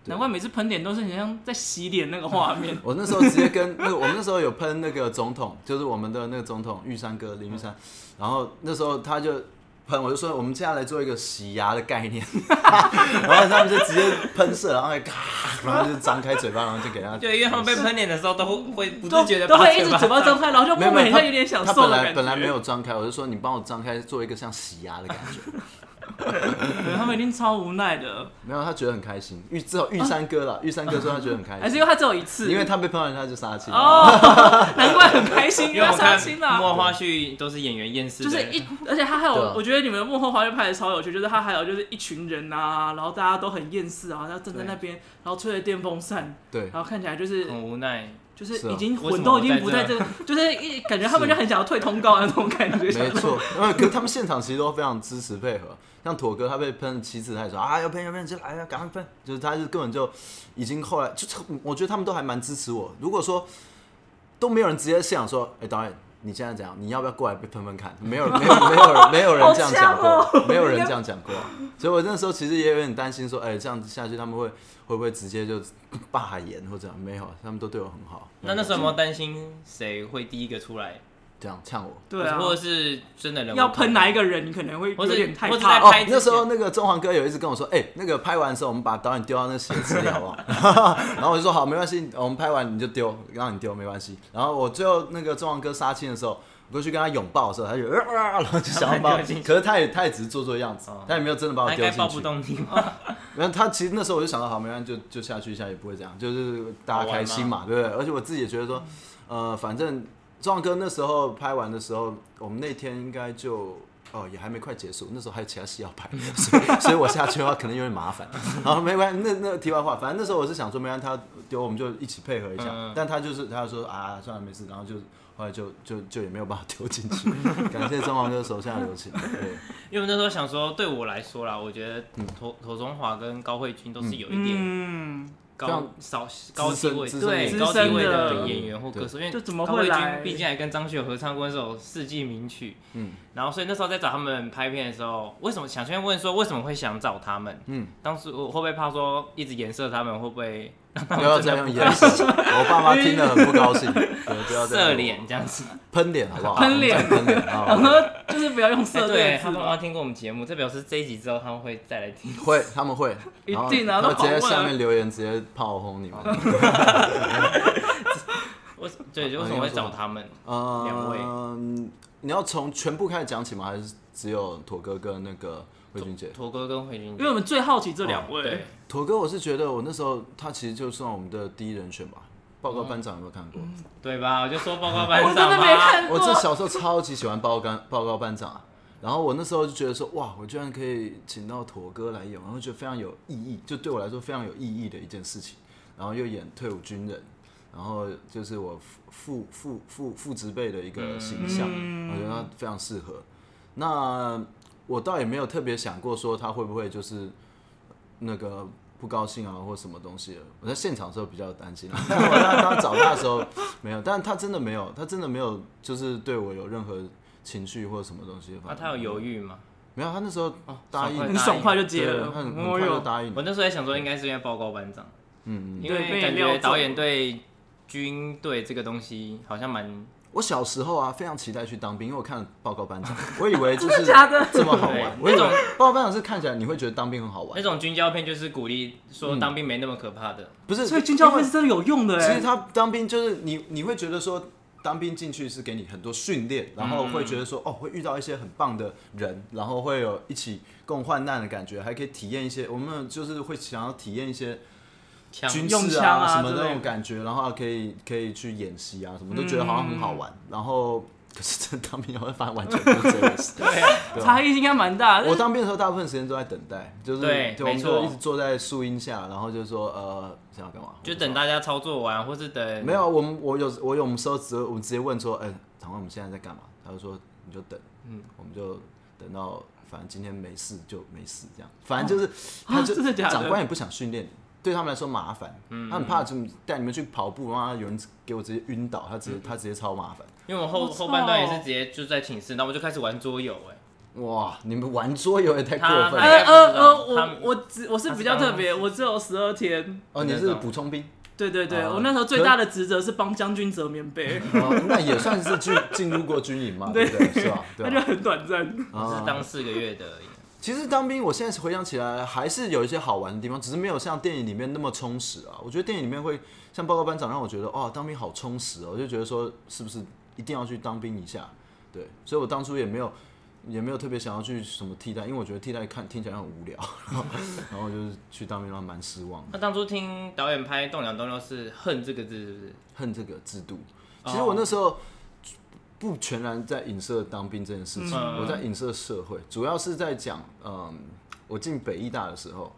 Speaker 3: 对。
Speaker 1: 难怪每次喷点都是很像在洗脸那个画面
Speaker 3: 我那时候直接跟那个我们那时候有喷那个总统，就是我们的那个总统玉山哥林玉山，然后那时候他就喷，我就说我们接下来做一个洗牙的概念， 然后他们就直接喷射，然后还咔，然后就张开嘴巴，然后就给他
Speaker 2: 对，因为他们被喷脸的时候都会会不
Speaker 1: 都
Speaker 2: 自觉
Speaker 1: 嗯
Speaker 2: 的
Speaker 1: 都会一直嘴巴张开，然后就
Speaker 3: 没有
Speaker 1: 莫
Speaker 3: 没
Speaker 1: 名
Speaker 3: 有，他
Speaker 1: 像有点想
Speaker 3: 他
Speaker 1: 瘦
Speaker 3: 本
Speaker 1: 的
Speaker 3: 来
Speaker 1: 感
Speaker 3: 本来
Speaker 1: 觉。
Speaker 3: 没有张开，我就说你帮我张开，做一个像洗牙的感觉。
Speaker 1: 对，他们一定超无奈的，
Speaker 3: 没有，他觉得很开心。玉至少玉山哥啦，玉山哥说他觉得很开
Speaker 1: 还啊是
Speaker 3: 心
Speaker 1: 因为，他只有一次，
Speaker 3: 因为他被喷完他就杀青。
Speaker 1: 哦， 难怪很开心，
Speaker 2: 因
Speaker 1: 因
Speaker 2: 为
Speaker 1: 为他
Speaker 2: 我
Speaker 1: 杀
Speaker 2: 们看
Speaker 1: 青
Speaker 2: 幕
Speaker 1: 了。
Speaker 2: 后花絮都是演员厌世的，
Speaker 1: 就是一，而且他还有，
Speaker 3: 对啊
Speaker 1: 我觉得你们的幕后花絮拍的超有趣，就是他还有就是一群人啊，然后大家都很厌世啊，然后站在那边，然后吹着电风扇，
Speaker 3: 对，嗯
Speaker 1: 然后看起来就是
Speaker 2: 很无奈。
Speaker 1: 就是
Speaker 3: 是啊
Speaker 1: 已经
Speaker 2: 为
Speaker 1: 魂
Speaker 2: 什么
Speaker 1: 都
Speaker 2: 我
Speaker 1: 已经不在
Speaker 2: 在
Speaker 1: 这，就是一感觉他 们就很想要退通告的那种感觉。
Speaker 3: 没错，因为可是他们现场其实都非常支持配合。像妥哥他被喷妻子，他也说啊要喷要喷，就来呀赶快喷，就是他就根本就已经后来就是我觉得他们都还蛮支持我。如果说都没有人直接现场说，哎、导演你现在怎样？你要不要过来被喷喷看？没有没有没有人没有人这样讲过，
Speaker 1: 好呛哦
Speaker 3: 没有人这 样讲过。所以我那时候其实也有点担心说，哎、这样子下去他们会会不会直接就 罢演或者没有？他们都对我很好。
Speaker 2: 那那时候有没有担心谁会第一个出来？
Speaker 3: 这样呛我。
Speaker 1: 对啊，
Speaker 2: 或者是真的人
Speaker 1: 要喷哪一个人，你可能会有
Speaker 2: 或者
Speaker 1: 点太
Speaker 2: 或者
Speaker 1: 怕
Speaker 2: 在。
Speaker 3: 哦
Speaker 2: 拍之，前
Speaker 3: 那时候那个中环哥有一次跟我说，哎、那个拍完的时候，我们把导演丢到那个鞋子里好不好？然后我就说好，没关系，我们拍完你就丢，让你丢没关系。然后我最后那个中环哥杀青的时候，我过去跟他拥抱的时候，他就呃啊，然后就想要把我
Speaker 2: 他把你丢进，去
Speaker 3: 可是他也他也只是做做样子
Speaker 2: 哦，
Speaker 3: 他也没有真的把我
Speaker 2: 他应
Speaker 3: 丢
Speaker 2: 该
Speaker 3: 进
Speaker 2: 抱不
Speaker 3: 去。
Speaker 2: 动你
Speaker 1: 哦
Speaker 2: 吧？
Speaker 3: 然后他其实那时候我就想到，好，没关系，就就下去一下也不会这样，就是大家开心嘛，对不对？而且我自己也觉得说，呃，反正壮哥那时候拍完的时候，我们那天应该就哦，也还没快结束，那时候还有其他戏要拍， 所以所以我下去的话可能有点麻烦。然后没关系，那那题外话，反正那时候我是想说，没关系，他丢我们就一起配合一下。
Speaker 2: 嗯
Speaker 3: 但他就是他就说啊，算了没事，然后就后来就就就也没有把它丢进去。 感谢中华歌手下留情。对，
Speaker 2: 因为那时候想说，对我来说啦，我觉得头头中华跟高慧君都是有一点
Speaker 1: 嗯，
Speaker 3: 非
Speaker 2: 高
Speaker 3: 常
Speaker 2: 少高地位，
Speaker 3: 资深
Speaker 2: 对
Speaker 1: 资深
Speaker 2: 高地位
Speaker 1: 资深
Speaker 2: 的
Speaker 1: 的
Speaker 2: 演员或歌手，因为
Speaker 1: 就怎么
Speaker 2: 高
Speaker 1: 会
Speaker 2: 慧君
Speaker 1: 来？
Speaker 2: 毕竟还跟张学友合唱过那首《世纪名曲》，
Speaker 3: 嗯
Speaker 2: 嗯，然后所以那时候在找他们拍片的时候，为什么想先问说为什么会想找他们？
Speaker 3: 嗯
Speaker 2: 嗯，当时我会不会怕说一直颜色他们会不会
Speaker 3: 不要这样演手，我爸妈听了很不高兴。对，不要这样
Speaker 2: 色脸这 样子？
Speaker 3: 喷脸好不好？
Speaker 1: 喷脸
Speaker 3: 喷脸 好不
Speaker 1: 我
Speaker 3: 好
Speaker 1: 说就是不要用
Speaker 2: 哎
Speaker 1: 色
Speaker 2: 对，
Speaker 1: 字
Speaker 2: 他
Speaker 1: 嘛
Speaker 2: 爸妈听过我们节目，这表示这一集之后他们会再来听。
Speaker 3: 会，他们会，
Speaker 1: 一
Speaker 3: 然后
Speaker 1: 定啊
Speaker 3: 他
Speaker 1: 都
Speaker 3: 们直接
Speaker 1: 访问
Speaker 3: 下
Speaker 1: 了
Speaker 3: 面留言，直接炮 轰你们。
Speaker 2: 为什对，就为什么会找他 们？两位
Speaker 3: 嗯，你要从全部开始讲起吗？还是只有妥哥跟那个慧君姐？
Speaker 2: 驼哥跟慧君
Speaker 1: 因
Speaker 2: 姐
Speaker 1: 为，我们最好奇这两
Speaker 2: 对
Speaker 1: 位，，
Speaker 3: 妥哥，我是觉得我那时候他其实就算我们的第一人选吧。报告班长有没有看
Speaker 1: 嗯
Speaker 3: 过？
Speaker 2: 对吧？我就说报告班
Speaker 1: 我真
Speaker 2: 长
Speaker 1: 的没
Speaker 2: 嘛，
Speaker 1: 看
Speaker 3: 我这
Speaker 1: 过。
Speaker 3: 小时候超级喜欢报告班报告班长啊。然后我那时候就觉得说，哇，我居然可以请到妥哥来演，然后觉得非常有意义，就对我来说非常有意义的一件事情。然后又演退伍军人，然后就是我父父父父职辈的一个形象，我觉得他非常适合。那我倒也没有特别想过说他会不会就是那个不高兴啊，或什么东西的。我在现场的时候比较担 心、啊，但我当当找他的时候没有，但他真的没有，他真的没有，就是对我有任何情绪或什么东西的反
Speaker 2: 那
Speaker 1: 啊
Speaker 2: 啊
Speaker 3: 应。
Speaker 2: 他有犹豫吗？
Speaker 3: 没有？他那时候
Speaker 2: 哦
Speaker 3: 答应，
Speaker 2: 爽快
Speaker 1: 你爽快就接了
Speaker 3: 对他很很
Speaker 1: 哦
Speaker 3: 快就
Speaker 1: 哟
Speaker 3: 答应了。
Speaker 2: 我那时候也想说，应该是因为报告班长，
Speaker 3: 嗯，嗯
Speaker 2: 因
Speaker 1: 对被
Speaker 2: 为感
Speaker 1: 撩
Speaker 2: 觉
Speaker 1: 中
Speaker 2: 导演对军队这个东西好像蛮
Speaker 3: 我小时候啊，非常期待去当兵，因为我看了报告班长，我以为就是
Speaker 1: 真的假的
Speaker 3: 这么好玩
Speaker 2: 对。
Speaker 3: 我以
Speaker 2: 那
Speaker 3: 为
Speaker 2: 种
Speaker 3: 报告班长是看起来你会觉得当兵很好玩
Speaker 2: 那，种军教片，就是鼓励
Speaker 3: 嗯
Speaker 2: 说当兵没那么可怕的。
Speaker 3: 不是？
Speaker 1: 所以军教
Speaker 3: 因为
Speaker 1: 会是真的有用的
Speaker 3: 其实
Speaker 1: 哎，
Speaker 3: 他当兵就是你，你会觉得说，当兵进去是给你很多训练，然后会觉得
Speaker 1: 嗯
Speaker 3: 说，哦，会遇到一些很棒的人，然后会有一起共患难的感觉，还可以体验一些，我们就是会想要体验一些
Speaker 2: 枪
Speaker 3: 军
Speaker 1: 用
Speaker 3: 事
Speaker 1: 枪啊
Speaker 3: 什么
Speaker 1: 之类
Speaker 3: 那
Speaker 1: 的
Speaker 3: 种感觉，然后可以可以去演习啊，什么都觉得好像很好玩。
Speaker 1: 嗯
Speaker 3: 然后可是真的当兵好像发现完全不是这回 事。
Speaker 2: 对啊，
Speaker 3: 对啊
Speaker 1: 差异应该蛮大。
Speaker 3: 我当兵的时候，大部分时间都在等待，就是
Speaker 2: 对
Speaker 3: 就我们
Speaker 2: 没
Speaker 3: 就
Speaker 2: 错
Speaker 3: 一直坐在树荫下，然后就说呃想要干嘛，
Speaker 2: 就
Speaker 3: 我不知道
Speaker 2: 等大家操作完，或是等
Speaker 3: 没有，我们我有我有我们时候直接我们直接问说，哎、长官我们现在在干嘛？他就说你就等，嗯，我们就等到反正今天没事就没事这样，反正就是、他就、
Speaker 1: 啊真的假的嗯
Speaker 3: 长官也不想训练你，对他们来说麻烦，他很怕就带你们去跑步，然后有人给我直接晕倒，他直
Speaker 1: 嗯
Speaker 3: 接、他直接超麻烦。
Speaker 2: 因为我后
Speaker 1: 我操
Speaker 2: 后半段也是直接就在寝室，然后我就开始玩桌游，哎，
Speaker 3: 哇，你们玩桌游也太过
Speaker 2: 他
Speaker 3: 分了！
Speaker 1: 呃呃呃，
Speaker 2: 他们
Speaker 1: 我我只我是比较特别，我只有十二天。
Speaker 3: 哦，你是补充兵，
Speaker 1: 对对对，
Speaker 3: 啊
Speaker 2: 哦
Speaker 1: 我那时候最大的职责是帮将军折棉被，
Speaker 3: 哦，那也算是进 进入过军营嘛，对不对？是吧？ 对啊
Speaker 1: 那
Speaker 3: 吧
Speaker 1: 就很短 暂。
Speaker 3: 啊
Speaker 2: 我是当四个月的而已。
Speaker 3: 其实当兵，我现在回想起来还是有一些好玩的地方，只是没有像电影里面那么充实啊。我觉得电影里面会像报告班长让我觉得，哦，当兵好充实哦，我就觉得说是不是一定要去当兵一下？对，所以我当初也没有也没有特别想要去什么替代，因为我觉得替代看听起来很无聊，然后 就是去当兵让蛮失望的，
Speaker 2: 那当初听导演拍《栋梁栋梁》是恨这个字，是不是？
Speaker 3: 恨这个制度。其
Speaker 1: 哦
Speaker 3: 实我那时候不全然在影射当兵这件事情，
Speaker 2: 嗯
Speaker 3: 我在影射社会，主要是在讲，嗯，我进北医大的时候，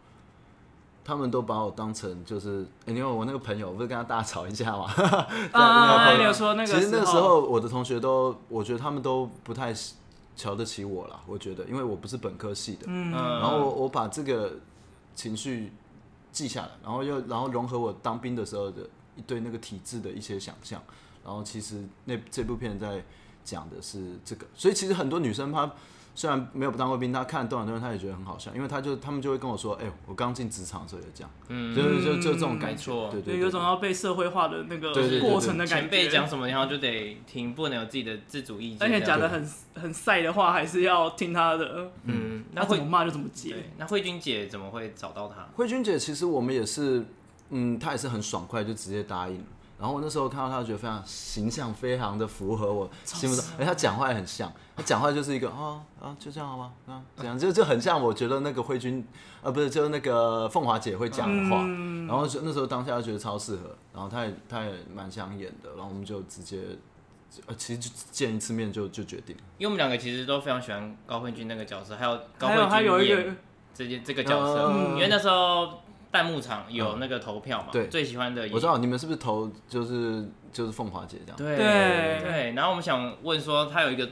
Speaker 3: 他们都把我当成就是，诶因为我那个朋友不是跟他大吵一架嘛，在
Speaker 1: 啊，
Speaker 3: 那
Speaker 1: 你
Speaker 3: 个
Speaker 1: 有说那个
Speaker 3: 其实那个时
Speaker 1: 候，
Speaker 3: 候我的同学都，我觉得他们都不太瞧得起我啦，我觉得，因为我不是本科系的，
Speaker 2: 嗯，
Speaker 3: 然后我我把这个情绪记下来，然后又然后融合我当兵的时候的一对那个体制的一些想象，然后其实那这部片在讲的是这个，所以其实很多女生她虽然没有当过兵，她看《动感动她也觉得很好笑，因为她就她们就会跟我说，哎、我刚进职场的时候也这样，
Speaker 2: 嗯
Speaker 3: 就是就就这种感
Speaker 2: 没
Speaker 3: 觉，
Speaker 2: 错
Speaker 3: 对对
Speaker 1: 对，
Speaker 3: 对，
Speaker 1: 有种要被社会化的那个
Speaker 3: 对对对对
Speaker 1: 过程的感
Speaker 2: 前辈讲
Speaker 1: 觉。
Speaker 2: 什么，然后就得听，不能有自己的自主意见。
Speaker 1: 而且讲
Speaker 2: 这
Speaker 1: 的
Speaker 2: 样
Speaker 1: 很很晒的话，还是要听他的，
Speaker 2: 嗯，那
Speaker 1: 他怎
Speaker 2: 慧
Speaker 1: 么骂就怎么
Speaker 2: 对
Speaker 1: 接。，
Speaker 2: 那慧君姐怎么会找到他？
Speaker 3: 慧君姐，其实我们也是，嗯，她也是很爽快就直接答应了。然后我那时候看到她，觉得非常形象，非常的符合我心目中。而且她讲话也很像，她讲话就是一个啊啊，就这样好吗？啊，这样就就很像我觉得那个慧君，啊，不是，就是那个凤华姐会讲的话。然后就那时候当下就觉得超适合，然后她也她也蛮想演的，然后我们就直接呃，其实就见一次面就就决定了。
Speaker 2: 因为我们两个其实都非常喜欢高慧君那个角色，还有高
Speaker 1: 还有他
Speaker 2: 慧
Speaker 1: 有
Speaker 2: 君
Speaker 1: 一
Speaker 2: 演
Speaker 1: 个
Speaker 2: 这件这个角色，
Speaker 3: 嗯
Speaker 2: 因为那时候弹幕场有那个投票嘛，
Speaker 3: 对
Speaker 2: 最喜欢的演员
Speaker 3: 我知道你们是不是投就是就是凤华姐这样？
Speaker 2: 对
Speaker 1: 对
Speaker 2: 对，然后我们想问说，他有一个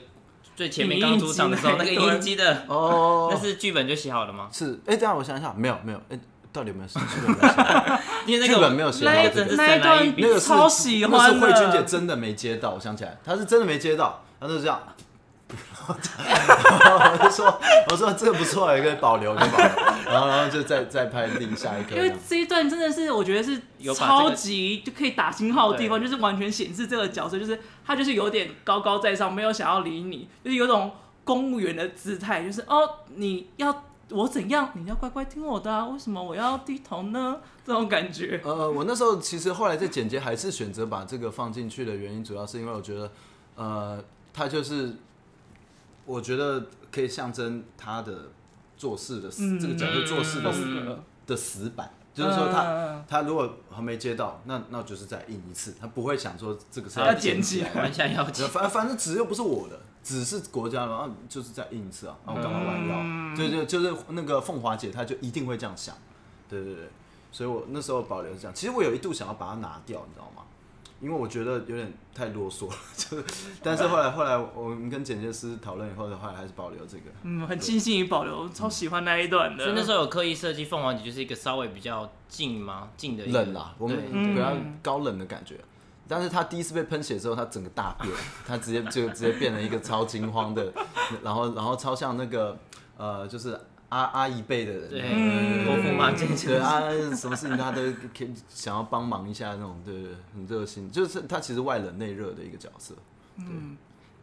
Speaker 2: 最前面
Speaker 1: 影印
Speaker 2: 刚出场的时候，
Speaker 1: 机
Speaker 2: 那
Speaker 1: 的
Speaker 2: 个音机的，
Speaker 3: 哦
Speaker 2: 那，是剧本就写好了吗？
Speaker 3: 是哎、等一下我想一下，没有没有，哎、到底有没有是剧本没有写好？
Speaker 2: 因为那
Speaker 3: 剧
Speaker 2: 个
Speaker 3: 本没有写好
Speaker 1: 那一
Speaker 3: 这个
Speaker 2: 是
Speaker 1: 那一
Speaker 2: 神来一笔
Speaker 3: 那个
Speaker 1: 段
Speaker 3: 是
Speaker 1: 超喜
Speaker 3: 那
Speaker 1: 欢
Speaker 3: 是
Speaker 1: 的
Speaker 3: 慧君姐真的没接到，我想起来，她是真的没接到，她就这样。 我就说，我说这个不错，也可以保留，可以保留。然后，然后就再再拍另下一颗
Speaker 1: 因
Speaker 3: 这
Speaker 1: 为
Speaker 3: 样。
Speaker 1: 这一段真的是我觉得是
Speaker 2: 有把这个
Speaker 1: 超级就可以打星号的地方，就是完全显示这个角色，就是他就是有点高高在上，没有想要理你，就是有种公务员的姿态，就是哦你要我怎样，你要乖乖听我的啊，为什么我要低头呢？这种感觉，
Speaker 3: 呃，我那时候其实后来在剪接还是选择把这个放进去的原因，主要是因为我觉得，呃，它就是我觉得可以象征他的做事的死、
Speaker 1: 嗯
Speaker 3: 这个角色做事的死、
Speaker 1: 嗯
Speaker 3: 的死板，就是说他、
Speaker 1: 嗯
Speaker 3: 他如果还没接到，那那就是再印一次，他不会想说这个是
Speaker 1: 要捡
Speaker 3: 捡
Speaker 1: 起
Speaker 3: 来
Speaker 1: 来
Speaker 3: 的。
Speaker 2: 玩下妖精，
Speaker 3: 反反正纸又不是我的，纸是国家的，然后就是再印一次啊，那我干嘛弯腰？就就就是那个凤华姐，她就一定会这样想，对对对，所以我那时候保留是这样。其实我有一度想要把它拿掉，你知道吗？因为我觉得有点太啰嗦了， 就是，但是后来后来我们跟剪接师讨论以后的话，还是保留这个。
Speaker 1: 嗯，很庆幸你保留，超喜欢那一段的。
Speaker 2: 所以那时候有刻意设计凤凰姐就是一个稍微比较近吗？近的一个
Speaker 3: 冷啦，我们
Speaker 2: 对
Speaker 1: 嗯
Speaker 3: 不要高冷的感觉。但是他第一次被喷血之后，他整个大变，他直接就直接变成一个超惊慌的， 然后然后超像那个呃，就是阿阿姨辈的人，
Speaker 2: 对
Speaker 1: 嗯
Speaker 2: 泼妇骂街，
Speaker 3: 对啊，什么事情他都可以想要帮忙一下那种，对对，对很热心，就是他其实外冷内热的一个角色。
Speaker 1: 因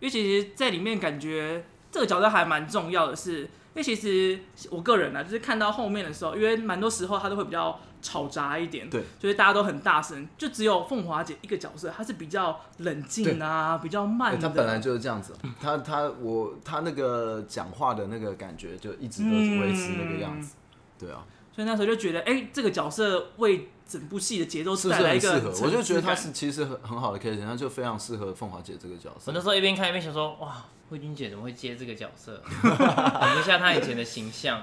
Speaker 1: 为其实在里面感觉这个角色还蛮重要的是，因为其实我个人啊呢，就是看到后面的时候，因为蛮多时候他都会比较吵杂一点，
Speaker 3: 对，
Speaker 1: 就是大家都很大声，就只有凤华姐一个角色，她是比较冷静啊，比较慢
Speaker 3: 欸
Speaker 1: 的。
Speaker 3: 他本来就是这样子，啊他他我他那个讲话的那个感觉就一直都维持那个样子，
Speaker 1: 嗯
Speaker 3: 对啊，
Speaker 1: 所以那时候就觉得，哎、这个角色为整部戏的节奏
Speaker 3: 是不
Speaker 1: 带
Speaker 3: 是
Speaker 1: 来一
Speaker 3: 很
Speaker 1: 个
Speaker 3: 适合？我就觉得他
Speaker 1: 层次
Speaker 3: 是其实很很好的 case，他就非常适合凤华姐这个角
Speaker 2: 我
Speaker 3: 色
Speaker 2: 那。时候一边看一边想说，哇，慧君姐怎么会接这个角色？ 留下她以前的形象。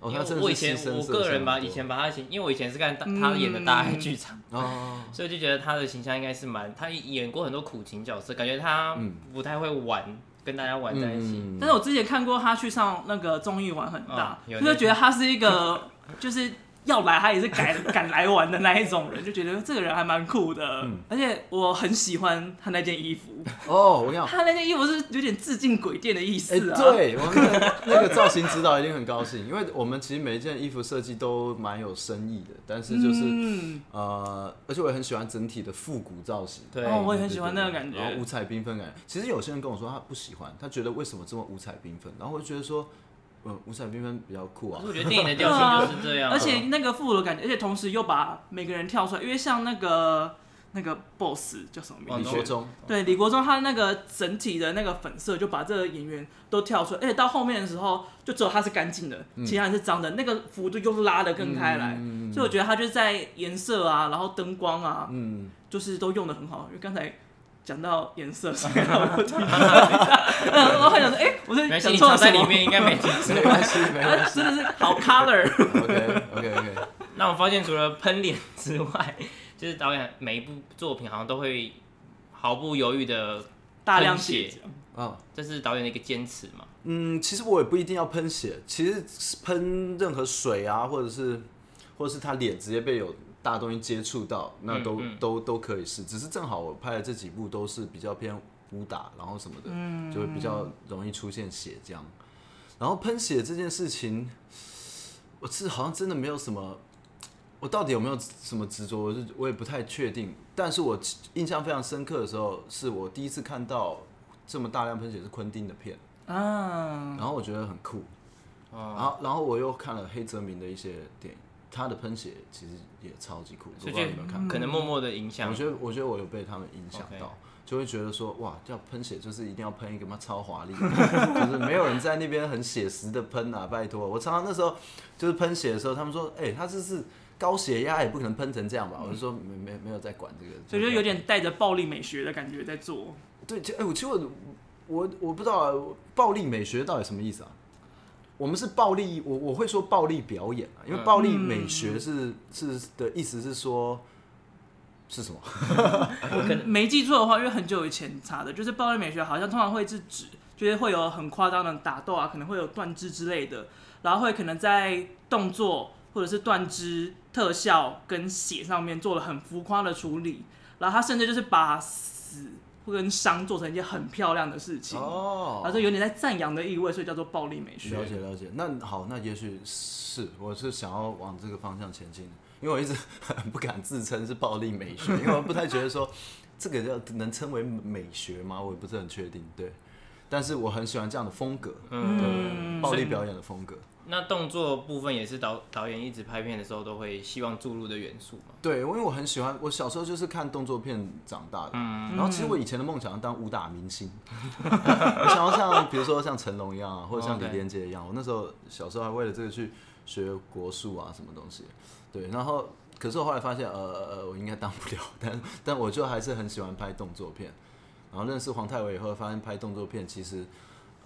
Speaker 3: 哦，
Speaker 2: 因
Speaker 3: 他
Speaker 2: 为
Speaker 3: 真
Speaker 2: 我
Speaker 3: 的
Speaker 2: 以
Speaker 3: 是
Speaker 2: 前
Speaker 3: 牺牲
Speaker 2: 我
Speaker 3: 色
Speaker 2: 个人
Speaker 3: 相
Speaker 2: 吧，
Speaker 3: 当
Speaker 2: 以
Speaker 3: 多
Speaker 2: 前把她的形，因为我以前是看大她演的大爱剧场，
Speaker 3: 哦，
Speaker 2: 所以就觉得她的形象应该是蛮，她演过很多苦情角色，感觉她不太会玩，跟大家玩在一起。
Speaker 3: 嗯哦
Speaker 1: 但是我之前看过他去上那个综艺玩很大，
Speaker 2: 嗯有
Speaker 1: 就是觉得他是一 个就是要来他也是敢敢来玩的那一种人，就 觉得这个人还蛮酷的。
Speaker 3: 嗯
Speaker 1: 而且我很喜欢他那件衣服，
Speaker 3: 哦，我跟 你讲，
Speaker 1: 他那件衣服是有点致敬鬼店的意
Speaker 3: 哎，
Speaker 1: 思啊。
Speaker 3: 对，我们那个那个造型指导一定很高兴，因为我们其实每一件衣服设计都蛮有深意的，但是就是
Speaker 1: 嗯，
Speaker 3: 呃，而且我也很喜欢整体的复古造型。
Speaker 2: 对，
Speaker 1: 哦，我也很喜欢那个感
Speaker 3: 然后
Speaker 1: 觉
Speaker 3: 五。彩缤纷感觉。其实有些人跟我说他不喜欢，他觉得为什么这么五彩缤纷？然后我就觉得说，嗯，五彩缤纷比较酷
Speaker 2: 可
Speaker 3: 啊
Speaker 2: 是。我觉得电影的调性就是
Speaker 3: 哦
Speaker 2: 这样，
Speaker 1: 而且那个复古的感觉，而且同时又把每个人跳出来，因为像那个那个 boss 叫什么名
Speaker 2: 王
Speaker 3: 李
Speaker 1: 字
Speaker 2: 中？
Speaker 3: 国忠，
Speaker 1: 对，李国忠他那个整体的那个粉色就把这个演员都跳出来，而且到后面的时候，就只有他是干净的，其他人是脏的，那个幅度又拉得更开来。所以我觉得他就是在颜色啊，然后灯光啊，
Speaker 3: 嗯，
Speaker 1: 就是都用的很好。因为刚才讲到颜色，所以让我提到嗯我还想说，哎、我是
Speaker 2: 没关系，
Speaker 1: 讲
Speaker 2: 你
Speaker 1: 错
Speaker 2: 藏
Speaker 1: 了什
Speaker 2: 在里
Speaker 1: 么？哎
Speaker 2: 面应该没听错。
Speaker 3: 没关系，没关系。
Speaker 1: 真的是好 color，
Speaker 3: OK OK OK，
Speaker 2: 那我发现除了喷脸之外，就是导演每一部作品好像都会毫不犹豫的，
Speaker 1: 大量
Speaker 2: 喷血
Speaker 1: 血，
Speaker 3: 哦，
Speaker 2: 这是导演的一个坚持嘛。
Speaker 3: 嗯，其实我也不一定要喷血，其实喷任何水啊，或者是或者是他脸直接被有大东西接触到，那都、
Speaker 2: 嗯嗯
Speaker 3: 都都可以是，只是正好我拍的这几部都是比较偏武打，然后什么的，就会比较容易出现血这样。然后喷血这件事情，我是好像真的没有什么，我到底有没有什么执着，我是我也不太确定。但是我印象非常深刻的时候，是我第一次看到这么大量喷血是昆汀的片。
Speaker 1: 啊，
Speaker 3: 然后我觉得很酷，然
Speaker 2: 哦、
Speaker 3: 后然后我又看了黑泽明的一些电影，他的喷血其实也超级酷，我不
Speaker 2: 所以
Speaker 3: 知道你有没有看
Speaker 2: 就可能默默的影响
Speaker 3: 我。觉得我觉得我有被他们影响到
Speaker 2: OK
Speaker 3: 就会觉得说哇，要喷血就是一定要喷一个妈超华丽的， 就是没有人在那边很写实的喷啊，拜托！我常常那时候就是喷血的时候，他们说哎、他这是高血压也不可能喷成这样吧？我就说没没没有在管这个，
Speaker 1: 所以就有点带着暴力美学的感觉在做。
Speaker 3: 对，其哎、我其实我我我不知道啊暴力美学到底什么意思啊？我们是暴力，我我会说暴力表演啊，因为
Speaker 2: 嗯
Speaker 3: 暴力美学是、是的意思是说是什么？
Speaker 1: 我可能没记错的话，因为很久以前查的，就是暴力美学好像通常会是指，就是会有很夸张的打斗啊，可能会有断肢之类的，然后会可能在动作或者是断肢特效跟血上面做了很浮夸的处理，然后他甚至就是把死跟伤做成一件很漂亮的事情，
Speaker 3: 哦
Speaker 1: 然后有点在赞扬的意味，所以叫做暴力美学
Speaker 3: 了。解了解，那好，那也许是我是想要往这个方向前进的，因为我一直 很不敢自称是暴力美学，因为我不太觉得说这个要能称为美学吗？我也不是很确定。对，但是我很喜欢这样的风格，
Speaker 1: 嗯，
Speaker 3: 暴力表演的风格。
Speaker 2: 那动作部分也是导导演一直拍片的时候都会希望注入的元素嘛。
Speaker 3: 对，因为我很喜欢，我小时候就是看动作片长大的。然后其实我以前的梦想要当武打明星， 我想要像比如说像成龙一样啊，或者像李
Speaker 2: OK
Speaker 3: 连杰一样。我那时候小时候还为了这个去学国术啊，什么东西。对，然后可是我后来发现，呃呃，呃我应该当不了， 但但我就还是很喜欢拍动作片。然后认识黄泰伟以后，发现拍动作片其实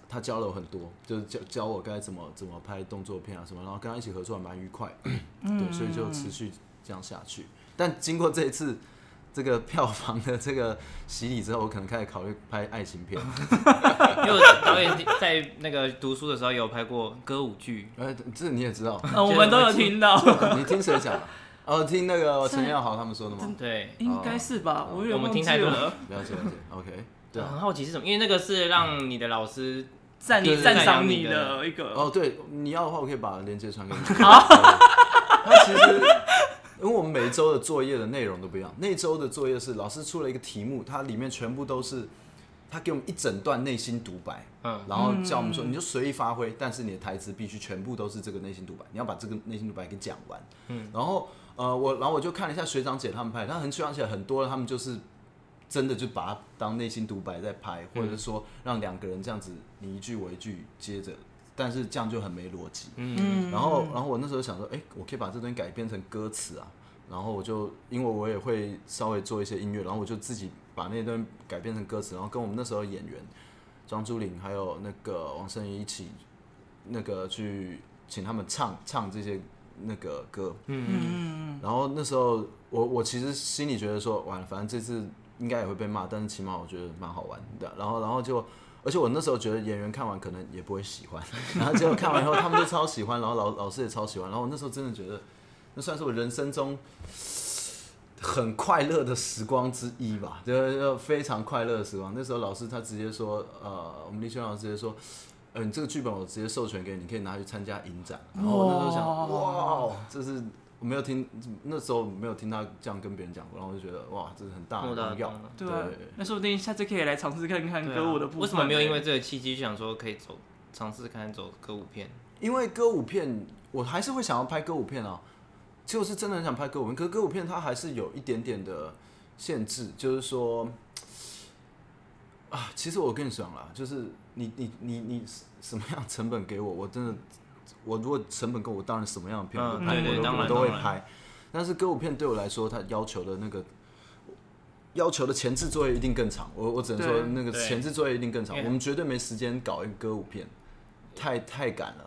Speaker 3: 他教了我很多，就是教教我该怎么怎么拍动作片啊什么，然后跟他一起合作还蛮愉快，对，所以就持续这样下去。但经过这一次这个票房的这个洗礼之后，我可能开始考虑拍爱情片。
Speaker 2: 因为我导演在那个读书的时候有拍过歌舞剧，
Speaker 3: 呃，这你也知道，
Speaker 1: 呃，我们都有听到，
Speaker 3: 你听谁讲啊？哦，听那个陈耀豪他们说的吗？
Speaker 2: 对，
Speaker 1: 应该是吧？我有点
Speaker 2: 我们
Speaker 1: 忘记
Speaker 2: 听太多
Speaker 1: 了
Speaker 2: 了。
Speaker 3: 了解了解，OK，对啊。
Speaker 2: 很好奇是什么，因为那个是让你的老师
Speaker 1: 赞
Speaker 2: 就
Speaker 1: 你
Speaker 2: 是
Speaker 1: 赞
Speaker 2: 赞
Speaker 1: 赏
Speaker 2: 扬
Speaker 1: 你
Speaker 2: 你的
Speaker 1: 的一个
Speaker 3: 哦，对，你要的话，我可以把链接传给你。 他其实，因为我们每一周的作业的内容都不一样，那周的作业是老师出了一个题目，它里面全部都是他给我们一整段内心独白，
Speaker 2: 嗯
Speaker 3: 然后叫我们说你就随意发挥，但是你的台词必须全部都是这个内心独白，你要把这个内心独白给讲完。嗯，然后呃，我然后我就看了一下学长姐他们拍，他很学长姐很多，他们就是真的就把它当内心独白在拍，或者说让两个人这样子你一句我一句接着，但是这样就很没逻辑。
Speaker 1: 嗯
Speaker 3: 然后，然后我那时候想说，哎、我可以把这东西改编成歌词啊。然后我就因为我也会稍微做一些音乐，然后我就自己把那段改编成歌词，然后跟我们那时候演员庄珠玲还有那个王圣怡一起那个去请他们唱唱这些那个歌。
Speaker 1: 嗯，
Speaker 3: 然后那时候我我其实心里觉得说，完了，反正这次应该也会被骂，但是起码我觉得蛮好玩的。然后然后就，而且我那时候觉得演员看完可能也不会喜欢， 然后结果看完以后他们就超喜欢，然后老老师也超喜欢，然后我那时候真的觉得，那算是我人生中。很快乐的时光之一吧，就是就非常快乐的时光。那时候老师他直接说，呃，我们李轩老师直接说，呃，你这个剧本我直接授权给你，你可以拿去参加影展。然后我那时候想，
Speaker 1: 哇
Speaker 3: 哇，哦这是我没有听，那时候没有听他这样跟别人讲过，然后我就觉得哇，这是很大
Speaker 2: 莫
Speaker 3: 的
Speaker 2: 大
Speaker 3: 荣耀。
Speaker 2: 懂了
Speaker 1: 对啊，那说不定下次可以来尝试看看
Speaker 2: 对啊
Speaker 1: 歌舞的部分。欸
Speaker 2: 为什么没有因为这个契机就想说可以走尝试看看走歌舞片？
Speaker 3: 因为歌舞片，我还是会想要拍歌舞片啊。其实我是真的很想拍歌舞片，可是歌舞片它还是有一点点的限制，就是说，啊，其实我跟你讲啦，就是你你你你什么样成本给我，我真的，我如果成本够，我当然什么样的片我都
Speaker 2: 嗯
Speaker 3: 拍，
Speaker 1: 对对
Speaker 3: 我都
Speaker 2: 当然
Speaker 3: 我都会
Speaker 2: 当然
Speaker 3: 拍。但是歌舞片对我来说，它要求的那个要求的前置作业一定更长，我我只能说
Speaker 1: 对
Speaker 3: 那个
Speaker 2: 对
Speaker 3: 前置作业一定更长
Speaker 2: 因，为
Speaker 3: 我们绝对没时间搞一个歌舞片，太太赶了。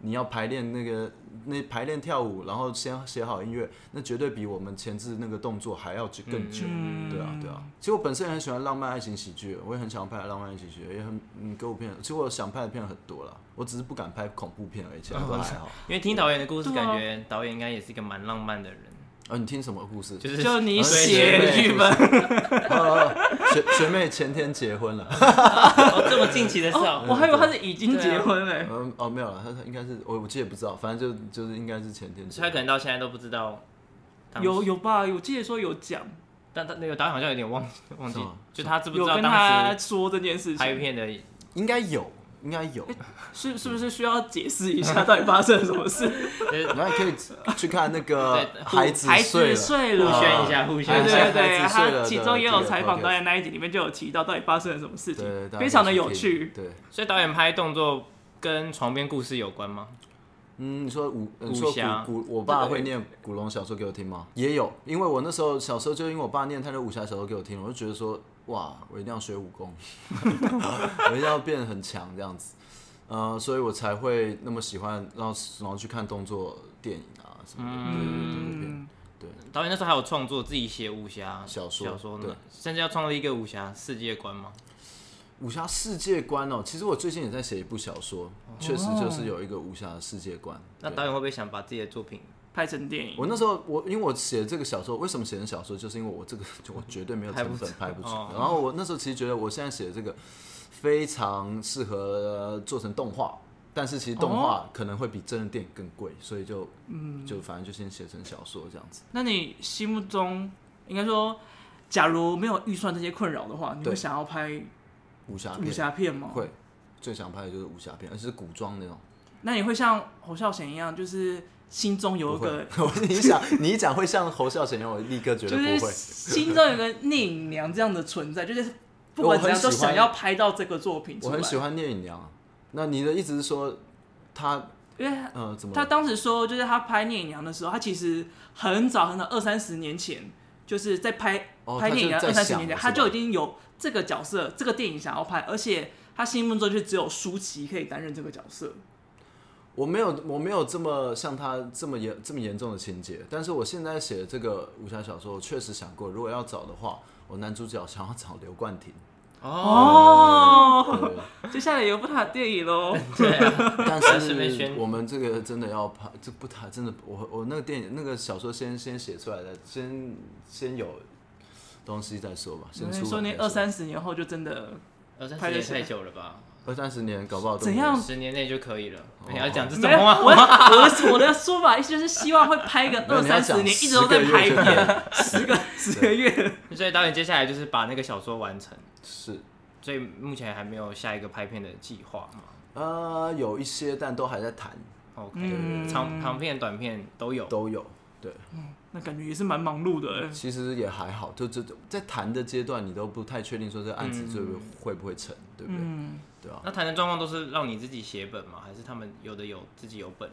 Speaker 3: 你要排练那个那排练跳舞，然后先写好音乐，那绝对比我们前置那个动作还要久更久。
Speaker 1: 嗯
Speaker 3: 对啊，对啊。其实我本身也很喜欢浪漫爱情喜剧，我也很想拍浪漫爱情喜剧，也很嗯歌舞片。其实我想拍的片很多了，我只是不敢拍恐怖片而已，其他都还好。
Speaker 2: 因为听导演的故事，
Speaker 1: 对啊
Speaker 2: 感觉导演应该也是一个蛮浪漫的人，
Speaker 3: 啊，你听什么故事？
Speaker 2: 就是
Speaker 1: 就你
Speaker 3: 啊
Speaker 1: 写剧本，
Speaker 3: 哦学 学妹前天结婚了。
Speaker 2: 哦这么近期的事
Speaker 1: 哦
Speaker 2: 哦，
Speaker 1: 我还以为他是已经结婚欸嘞。
Speaker 3: 嗯，哦，没有了，他他应该是我我记得不知道，反正就就是应该是前天结
Speaker 2: 所以他
Speaker 3: 婚。
Speaker 2: 可能到现在都不知道当时。
Speaker 1: 有有吧？有记得说有讲，
Speaker 2: 但但那个导演好像有点忘记忘记
Speaker 3: 是吗，
Speaker 2: 就他知不知
Speaker 1: 有
Speaker 2: 道
Speaker 1: 跟他
Speaker 2: 当时
Speaker 1: 说这件事
Speaker 2: 拍
Speaker 1: 情，
Speaker 2: 片的
Speaker 3: 应该有，应该有。
Speaker 1: 是是不是需要解释一下到底发生了什么事？
Speaker 3: 然后可以去看那个
Speaker 2: 对
Speaker 3: 孩子睡
Speaker 1: 子
Speaker 3: 了，
Speaker 1: 睡
Speaker 2: 互
Speaker 1: 了，
Speaker 2: 宣一下，互
Speaker 1: 对
Speaker 2: 宣一下。
Speaker 1: 对对，
Speaker 3: 孩子
Speaker 1: 他
Speaker 3: 睡了
Speaker 1: 其中也有采
Speaker 3: 对对
Speaker 1: 访
Speaker 3: 对
Speaker 1: 导演那一集里面就有提到到底发生了什么事
Speaker 3: 对对
Speaker 1: 情，
Speaker 3: 对，
Speaker 1: 非常的有趣。
Speaker 3: 对，
Speaker 2: 所以导演拍动作跟床边故事有关吗？
Speaker 3: 嗯，你说古，
Speaker 2: 武
Speaker 3: 你说
Speaker 2: 侠
Speaker 3: 古古，我爸会念古龙小说给我听吗？也有，因为我那时候小时候就因为我爸念太多武侠小说给我听，我就觉得说，哇，我一定要学武功， 我一定要变得很强这样子，呃，所以我才会那么喜欢让然后去看动作电影啊什么的，对对对对对，
Speaker 1: 嗯，
Speaker 2: 导演那时候还有创作自己写武侠
Speaker 3: 小说
Speaker 2: 小说
Speaker 3: 对
Speaker 2: 呢，甚至要创立一个武侠世界观嘛。
Speaker 3: 武侠世界观哦，其实我最近也在写一部小说，确实就是有一个武侠的世界观。
Speaker 2: 那
Speaker 3: 对
Speaker 2: 导演会不会想把自己的作品？
Speaker 1: 拍成电影，
Speaker 3: 我那时候我因为我写这个小说，为什么写成小说，就是因为我这个我绝对没有成本拍不出。
Speaker 2: 哦
Speaker 3: 然后我那时候其实觉得我现在写的这个非常适合做成动画，但是其实动
Speaker 1: 哦
Speaker 3: 画可能会比真人电影更贵，所以就嗯就反正就先写成小说这样子。
Speaker 1: 那你心目中应该说，假如没有预算这些困扰的话，你会
Speaker 3: 对
Speaker 1: 想要拍
Speaker 3: 武侠
Speaker 1: 武
Speaker 3: 片
Speaker 1: 侠片吗？
Speaker 3: 啊会最想拍的就是武侠片，而且是古装那种。
Speaker 1: 那你会像侯孝贤一样，就是心中有一
Speaker 3: 不
Speaker 1: 个
Speaker 3: 会，， 我你一想你一讲会像侯孝贤一样，我立刻觉得
Speaker 1: 就
Speaker 3: 不
Speaker 1: 是
Speaker 3: 会。
Speaker 1: 心中有个聂隐娘这样的存在，就是不
Speaker 3: 我
Speaker 1: 管
Speaker 3: 很
Speaker 1: 怎样都
Speaker 3: 喜
Speaker 1: 想
Speaker 3: 欢
Speaker 1: 要拍到这个作品
Speaker 3: 我
Speaker 1: 出来
Speaker 3: 很。喜欢聂隐娘啊。那你的意思是说，她
Speaker 1: 因为
Speaker 3: 呃怎么
Speaker 1: 他当时说，就是他拍《聂隐娘》的时候，他其实很早很早，二三十年前，就是在拍、
Speaker 3: 哦
Speaker 1: 拍《
Speaker 3: 他
Speaker 1: 聂隐
Speaker 3: 就
Speaker 1: 娘》
Speaker 3: 在
Speaker 1: 二三十
Speaker 3: 想
Speaker 1: 年前，
Speaker 3: 了
Speaker 1: 他
Speaker 3: 是
Speaker 1: 就
Speaker 3: 吧
Speaker 1: 已经有这个角色、这个电影想要拍，而且他心目中就只有舒淇可以担任这个角色。
Speaker 3: 我没有我没有这么像她这么严这么严重的情节，但是我现在写的这个武侠小说，我确实想过，如果要找的话，我男主角想要找刘冠 廷。
Speaker 1: 哦，
Speaker 3: 对，
Speaker 1: 接下来有部他的电影喽。
Speaker 2: 对啊，
Speaker 3: 但
Speaker 2: 还是没
Speaker 3: 是
Speaker 2: 选
Speaker 3: 我们这个真的要拍，这不太真的，我我那个电影那个小说先先写出来的，先先有东西再说吧，先
Speaker 1: 所
Speaker 3: 出
Speaker 1: 以
Speaker 3: 来
Speaker 1: 说那
Speaker 3: 再
Speaker 1: 二三十年后就真的
Speaker 2: 二三
Speaker 1: 拍
Speaker 2: 十
Speaker 1: 得
Speaker 2: 年
Speaker 1: 起
Speaker 2: 太久了吧？
Speaker 3: 二三十年搞不好都
Speaker 1: 怎
Speaker 3: 没有
Speaker 1: 样
Speaker 2: 十年内就可以了。
Speaker 3: 哦
Speaker 2: 你要讲这种
Speaker 1: 没有
Speaker 2: 话，
Speaker 1: 我我的我的说法意思就是希望会拍个
Speaker 3: 没有
Speaker 1: 二
Speaker 3: 你要
Speaker 1: 三十
Speaker 3: 讲
Speaker 1: 年，一直都在
Speaker 3: 10个
Speaker 1: 拍
Speaker 3: 月就
Speaker 1: 片， 十 个十个月。
Speaker 2: 所以导演接下来就是把那个小说完成。
Speaker 3: 是
Speaker 2: 所以目前还没有下一个拍片的计划嘛
Speaker 3: 呃有一些，但都还在谈，
Speaker 2: ？OK，、
Speaker 1: 嗯
Speaker 2: 长长片、短片都有。
Speaker 3: 都有。对，
Speaker 1: 那感觉也是蛮忙碌的、欸。
Speaker 3: 其实也还好，就这在谈的阶段，你都不太确定说这个案子最后会不会成，对不对？
Speaker 1: 嗯。
Speaker 3: 对啊，
Speaker 2: 那谈的状况都是让你自己写本吗？还是他们有的有自己有本？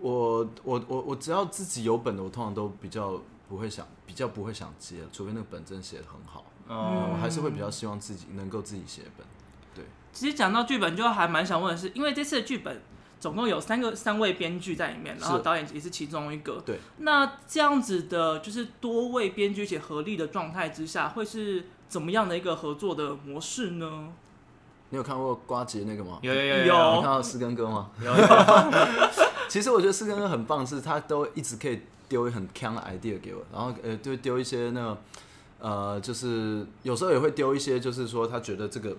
Speaker 3: 我我我我只要自己有本的，我通常都比较不会想，比较不会想接，除非那个本真的写的很好，嗯
Speaker 2: 哦、
Speaker 3: 我还是会比较希望自己能够自己写本。对，
Speaker 1: 其实讲到剧本，就还蛮想问的是，因为这次的剧本总共有三个三位编剧在里面，
Speaker 3: 是
Speaker 1: 然后导演也是其中一个。
Speaker 3: 对，
Speaker 1: 那这样子的，就是多位编剧且合力的状态之下，会是怎么样的一个合作的模式呢？
Speaker 3: 你有看过瓜杰那个吗？
Speaker 2: 有有有嗯
Speaker 1: 有
Speaker 3: 你看到四根哥吗？
Speaker 2: 有有，
Speaker 3: 其实我觉得四根哥很棒，是他都一直可以丢很强的 idea 给我，然后呃，就丢一些那个呃，就是有时候也会丢一些，就是说他觉得这个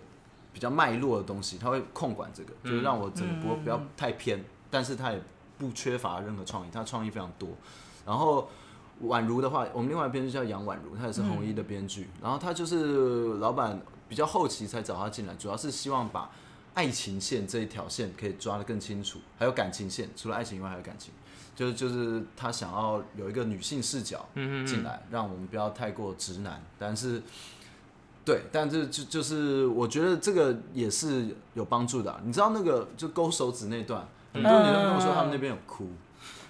Speaker 3: 比较脉络的东西，他会控管这个，就是让我整个不、
Speaker 1: 嗯
Speaker 3: 不要太偏，但是他也不缺乏任何创意，他创意非常多。然后宛如的话，我们另外一个编剧叫杨宛如，他也是红
Speaker 1: 嗯
Speaker 3: 衣的编剧，然后他就是老板比较后期才找他进来，主要是希望把爱情线这一条线可以抓得更清楚，还有感情线，除了爱情以外还有感情，就是就是他想要有一个女性视角
Speaker 2: 嗯
Speaker 3: 进来，让我们不要太过直男，但是。对，但是就就是我觉得这个也是有帮助的啊、你知道那个就勾手指那段，很多女生跟我说她们那边有哭，
Speaker 2: 嗯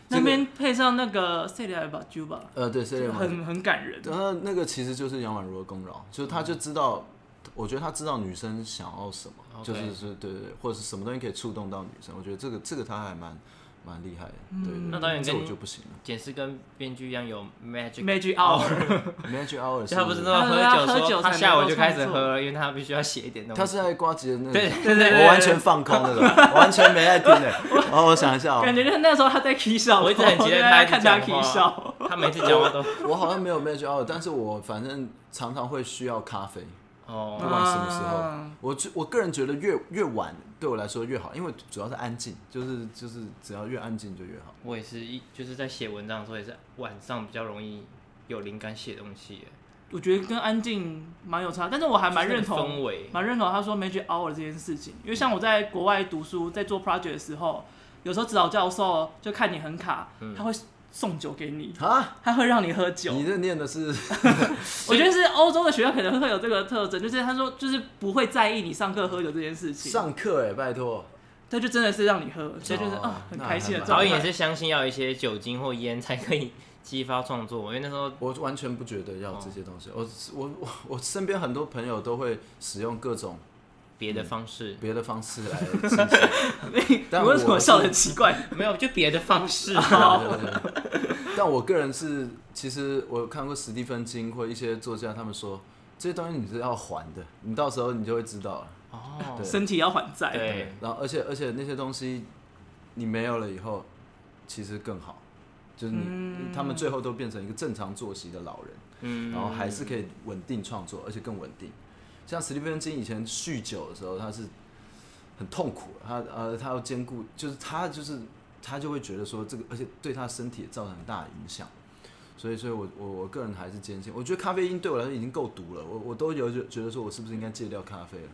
Speaker 3: 这
Speaker 1: 那
Speaker 3: 个
Speaker 1: 边配上那个《塞里尔吧 j u b
Speaker 3: 呃，对，是
Speaker 1: a 很很感人。
Speaker 3: 然后那个其实就是杨婉如的功劳，就是她就知道，我觉得她知道女生想要什么
Speaker 2: OK
Speaker 3: 就是是对对对，或者是什么东西可以触动到女生，我觉得这个这个她还蛮蛮厉害的，对
Speaker 1: 嗯
Speaker 2: 那导演
Speaker 3: 这我
Speaker 2: 跟
Speaker 3: 就不行了。
Speaker 2: 简是跟编剧一样有 magic，
Speaker 1: Magic Hour，
Speaker 3: Magic Hour
Speaker 2: 就他不是
Speaker 1: 吗
Speaker 2: 那
Speaker 1: 他要
Speaker 2: 种
Speaker 1: 喝
Speaker 2: 喝酒
Speaker 1: 酒
Speaker 2: 说
Speaker 1: 才
Speaker 2: 他下午
Speaker 1: 能够
Speaker 2: 就开始
Speaker 1: 创
Speaker 2: 喝了，因为他必须要写一点东
Speaker 3: 他
Speaker 2: 西。
Speaker 3: 是在瓜吉的那
Speaker 2: 对
Speaker 3: 个，
Speaker 2: 对对对
Speaker 3: 我完全放空那种，我完全没在听 的。然后我想一下
Speaker 1: 感
Speaker 3: 哦，
Speaker 1: 觉就是那时候他在 K 笑，
Speaker 2: 我一直很期待他
Speaker 1: 我在看他 K 笑。
Speaker 2: 他每次讲话都
Speaker 3: 我好像没有 Magic Hour，但是我反正常常会需要咖啡。 不
Speaker 2: 哦，
Speaker 3: 管什么时候，
Speaker 1: 嗯
Speaker 3: 我就我个人觉得越越晚对我来说越好，因为主要是安静，就是就是只要越安静就越好。
Speaker 2: 我也是一就是在写文章的时候也是晚上比较容易有灵感写东西耶，
Speaker 1: 我觉得跟安静蛮有差，但是我还蛮认
Speaker 2: 就是那
Speaker 1: 同
Speaker 2: 个氛围。
Speaker 1: 蛮认同他说 magic hour 这件事情，因为像我在国外读书，在做 project 的时候，有时候指导教授就看你很卡，
Speaker 2: 嗯
Speaker 1: 他会送酒给你，
Speaker 3: 啊，
Speaker 1: 他会让你喝酒。
Speaker 3: 你这念的 是
Speaker 1: 我觉得是欧洲的学校可能会有这个特征，就是他说就是不会在意你上课喝酒这件事情。
Speaker 3: 上课哎、拜托，
Speaker 1: 他就真的是让你喝，所以就是
Speaker 3: 哦
Speaker 1: 啊，很
Speaker 3: 那
Speaker 1: 开心的
Speaker 3: 还蛮
Speaker 1: 状
Speaker 2: 导
Speaker 1: 态。
Speaker 2: 演也是相信要有一些酒精或烟才可以激发创作，因为那时候
Speaker 3: 我完全不觉得要这些东西。我我我我身边很多朋友都会使用各种
Speaker 2: 别的方式、
Speaker 3: 别的方式来进行。但
Speaker 1: 你为什么
Speaker 3: 我
Speaker 1: 笑得很奇怪？
Speaker 2: 没有，就别的方式。
Speaker 3: 对对对 但我个人是，其实我有看过史蒂芬金或一些作家，他们说这些东西你是要还的，你到时候你就会知道了。
Speaker 2: 哦，
Speaker 3: 对
Speaker 1: 身体要还债。
Speaker 2: 对，
Speaker 3: 然后而且而且那些东西你没有了以后，其实更好，就是你、他们最后都变成一个正常作息的老人，
Speaker 2: 嗯，
Speaker 3: 然后哦还是可以稳定创作，而且更稳定。像史蒂芬金以前酗酒的时候，他是很痛苦，他呃他要兼顾，就是他就是他就会觉得说这个，而且对他身体也造成很大的影响。所以，所以我我我个人还是坚信，我觉得咖啡因对我来说已经够毒了，我我都有觉觉得说我是不是应该戒掉咖啡了？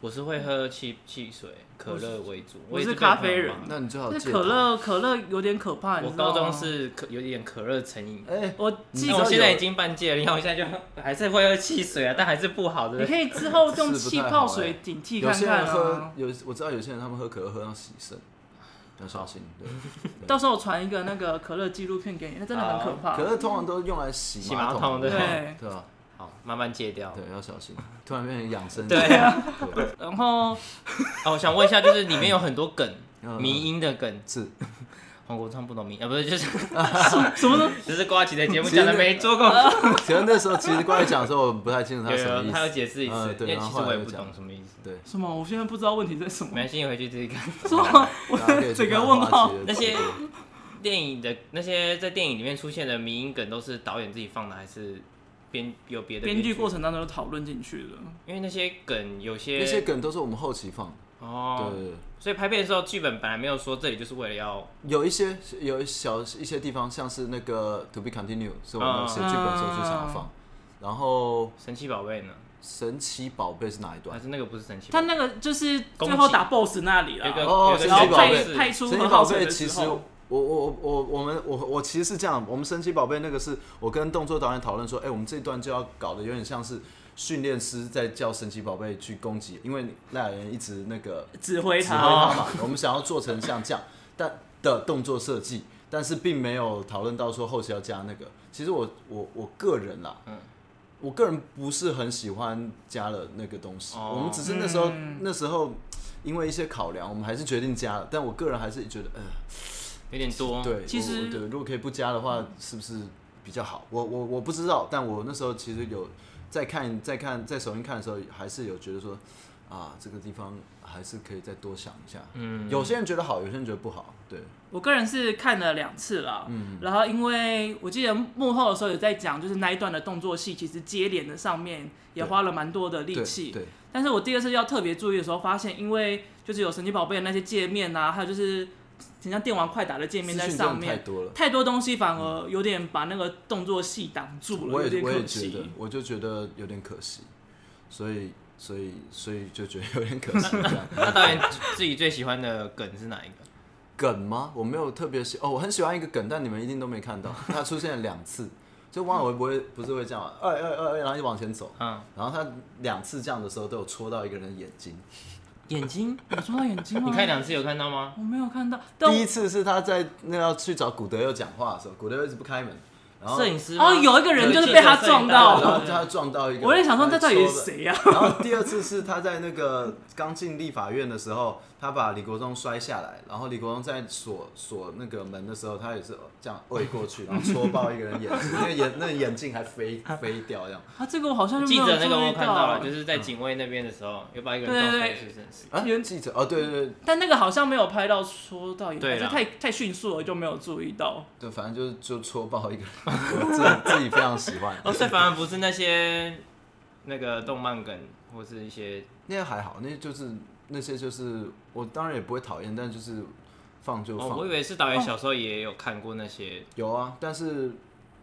Speaker 2: 我是会喝汽汽水、可乐为主，
Speaker 1: 我是
Speaker 2: 也
Speaker 1: 我是咖啡人
Speaker 2: 被朋友骂
Speaker 3: 那你最好
Speaker 1: 但
Speaker 3: 戒
Speaker 1: 是可
Speaker 3: 糖。
Speaker 1: 乐，可乐有点可怕。
Speaker 2: 我
Speaker 1: 你知道吗
Speaker 2: 高中，是可有一点可乐成瘾，
Speaker 3: 哎、
Speaker 1: 我
Speaker 3: 你
Speaker 1: 记
Speaker 3: 知
Speaker 2: 那
Speaker 3: 道
Speaker 2: 我
Speaker 1: 得
Speaker 2: 现在已经半戒了，然后我现在就还是会喝汽水啊，但还是不好
Speaker 1: 你
Speaker 2: 的。
Speaker 1: 可以之后用
Speaker 3: 是不
Speaker 1: 气
Speaker 3: 太好
Speaker 1: 泡
Speaker 3: 欸
Speaker 1: 水顶替
Speaker 3: 有
Speaker 1: 看
Speaker 3: 些
Speaker 1: 看
Speaker 3: 人
Speaker 1: 啊
Speaker 3: 喝。有，我知道有些人他们喝可乐喝到洗肾，要小心。对，
Speaker 1: 到时候我传一个那个可乐纪录片给你，那真的很可怕。
Speaker 3: 啊可乐通常都用来洗
Speaker 2: 洗
Speaker 3: 马
Speaker 2: 马桶
Speaker 3: 对
Speaker 2: 对
Speaker 1: 对，
Speaker 3: 对吧？
Speaker 2: 好，慢慢戒掉。
Speaker 3: 对，要小心，突然变成养生。
Speaker 2: 对
Speaker 3: 啊，
Speaker 1: 然 后
Speaker 2: 哦，我想问一下，就是里面有很多梗，
Speaker 3: 嗯
Speaker 2: 迷音的梗，
Speaker 3: 是
Speaker 2: 黄国昌不懂迷，啊，不是，就是
Speaker 1: 什么都
Speaker 2: 就是瓜吉的节目讲的没 做过，
Speaker 3: 其实那时候其实关于讲的时候，我不太清楚他
Speaker 2: 有
Speaker 3: 什么
Speaker 2: 有，
Speaker 3: 意
Speaker 2: 啊他有
Speaker 3: 思。
Speaker 2: 解释一次
Speaker 3: 嗯，
Speaker 2: 因
Speaker 3: 对
Speaker 2: 为
Speaker 3: 然
Speaker 2: 其
Speaker 3: 后
Speaker 2: 实
Speaker 3: 后来
Speaker 2: 我也
Speaker 3: 有
Speaker 2: 不
Speaker 3: 讲
Speaker 2: 懂什么意思。
Speaker 3: 对，
Speaker 1: 什么？我现在不知道问题在 什
Speaker 2: 没
Speaker 1: 么。
Speaker 2: 关系，你回去自己看。
Speaker 1: 什么？
Speaker 3: 大啊家可 以去
Speaker 1: 整个
Speaker 3: 看
Speaker 1: 问
Speaker 3: 花
Speaker 1: 号
Speaker 3: 旗的
Speaker 2: 那
Speaker 3: 直
Speaker 2: 些
Speaker 3: 播
Speaker 2: 电影的那些在电影里面出现的迷音梗，都是导演自己放的，还是编有别的
Speaker 1: 编剧过
Speaker 2: 程？
Speaker 1: 程当中就讨论进去 了。
Speaker 2: 因为那些梗有些
Speaker 3: 那些梗都是我们后期放的。对
Speaker 2: 哦，
Speaker 3: 对对，
Speaker 2: 所以拍片的时候剧本本来没有说这里就是为了要
Speaker 3: 有一些有一小一些地方，像是那个 To Be Continue，是我们
Speaker 2: 嗯
Speaker 3: 写剧本的时候就想要放。然后
Speaker 2: 神奇宝贝呢，
Speaker 3: 神奇宝贝是哪一段
Speaker 2: 还？是那个不是神奇
Speaker 1: 他
Speaker 2: 宝贝？
Speaker 1: 那个就是最
Speaker 2: 攻击
Speaker 1: 后打 BOSS 那里
Speaker 2: 有一个
Speaker 1: 了，
Speaker 3: 哦
Speaker 2: 有一个
Speaker 1: 然后
Speaker 3: 神奇宝贝
Speaker 1: 派
Speaker 2: 是
Speaker 1: 派出
Speaker 3: 神
Speaker 1: 何浩
Speaker 3: 奇宝
Speaker 1: 晨
Speaker 3: 贝
Speaker 1: 的
Speaker 3: 其
Speaker 1: 时
Speaker 3: 实
Speaker 1: 候
Speaker 3: 我，我我我我们我我其实是这样，我们神奇宝贝那个是我跟动作导演讨论说，哎、我们这一段就要搞得有点像是训练师在叫神奇宝贝去攻击，因为赖雅妍一直那个
Speaker 1: 指挥
Speaker 3: 指挥
Speaker 1: 他，
Speaker 3: 他嘛，我们想要做成像这样，但的动作设计，但是并没有讨论到说后期要加那个。其实我我我个人啦，
Speaker 2: 嗯
Speaker 3: 我个人不是很喜欢加了那个东西，
Speaker 2: 哦
Speaker 3: 我们只是那时候、
Speaker 1: 嗯
Speaker 3: 那时候因为一些考量，我们还是决定加了，但我个人还是觉得，呃。
Speaker 2: 有点多。
Speaker 3: 对，
Speaker 1: 哦其
Speaker 3: 我
Speaker 1: 实嗯
Speaker 3: 对，如果可以不加的话，是不是比较好？我我我不知道，但我那时候其实有在看在看在首映看的时候，还是有觉得说啊，这个地方还是可以再多想一下。
Speaker 2: 嗯，
Speaker 3: 有些人觉得好，有些人觉得不好，对，
Speaker 1: 我个人是看了两次啦，
Speaker 3: 嗯
Speaker 1: 然后因为我记得幕后的时候有在讲，就是那一段的动作戏，其实接连的上面也花了蛮多的力
Speaker 3: 对
Speaker 1: 气。
Speaker 3: 对，
Speaker 1: 但是我第二次要特别注意的时候，发现因为就是有神奇宝贝的那些界面啊，还有就是很像电玩快打的界面在
Speaker 3: 资讯
Speaker 1: 上
Speaker 3: 真的太
Speaker 1: 面，
Speaker 3: 多了。
Speaker 1: 太多东西反而有点把那个动作戏挡住了，
Speaker 3: 我
Speaker 1: 有
Speaker 3: 也
Speaker 1: 点
Speaker 3: 我也
Speaker 1: 可
Speaker 3: 觉得
Speaker 1: 惜。，
Speaker 3: 我就觉得有点可惜，所以所以所以就觉得有点可惜这样。
Speaker 2: 那导演自己最喜欢的梗是哪一个？
Speaker 3: 梗吗？我没有特别喜哦，我很喜欢一个梗，但你们一定都 没看到，它出现了两次。就王小维不会不是会这样吗，二二二二，然后就往前走，
Speaker 2: 嗯，
Speaker 3: 然后他两次这样的时候都有戳到一个人的眼睛。
Speaker 2: 眼睛，
Speaker 1: 我说到眼睛吗？
Speaker 2: 你看啊两次有看到吗？
Speaker 1: 我没有看到，但我
Speaker 3: 第一次是他在那要去找古德佑讲话的时候，古德佑一直不开门，然后
Speaker 2: 摄影师吗
Speaker 1: 哦有一个人就是被他撞到
Speaker 3: 然后他撞到一个，
Speaker 1: 我在想说
Speaker 3: 他
Speaker 1: 这
Speaker 3: 就
Speaker 1: 到底
Speaker 3: 戳
Speaker 1: 是
Speaker 3: 了
Speaker 1: 谁啊？
Speaker 3: 然后第二次是他在那个刚进立法院的时候，他把李国忠摔下来，然后李国忠在锁锁那个门的时候，他也是这样跪过去，然后戳爆一个人眼睛，那个眼那个眼镜还飞飞掉这样。
Speaker 1: 啊，这个我好像就没
Speaker 2: 记
Speaker 1: 有注
Speaker 2: 者
Speaker 1: 意
Speaker 2: 那个我看到
Speaker 1: 到
Speaker 2: 了，就是
Speaker 3: 嗯
Speaker 2: 在警卫那边的时候，有把一个
Speaker 1: 对
Speaker 2: 人撞
Speaker 1: 对
Speaker 2: 飞，
Speaker 1: 对
Speaker 2: 是不是？
Speaker 3: 啊
Speaker 1: 原，
Speaker 3: 记者哦，对对对，
Speaker 1: 但那个好像没有拍到说到眼，
Speaker 2: 对
Speaker 1: 就
Speaker 2: 啦
Speaker 1: 太太迅速了，就没有注意到。
Speaker 3: 就反正就是就戳爆一个人，我自己自己非常喜欢。
Speaker 2: 哦，所以反而不是那些那个动漫梗或是一些
Speaker 3: 那些还好，那些就是那些就是我当然也不会讨厌，但就是放就
Speaker 2: 哦，
Speaker 3: 放
Speaker 2: 我以。为是导演小时候也有看过那些，
Speaker 3: 有啊，但是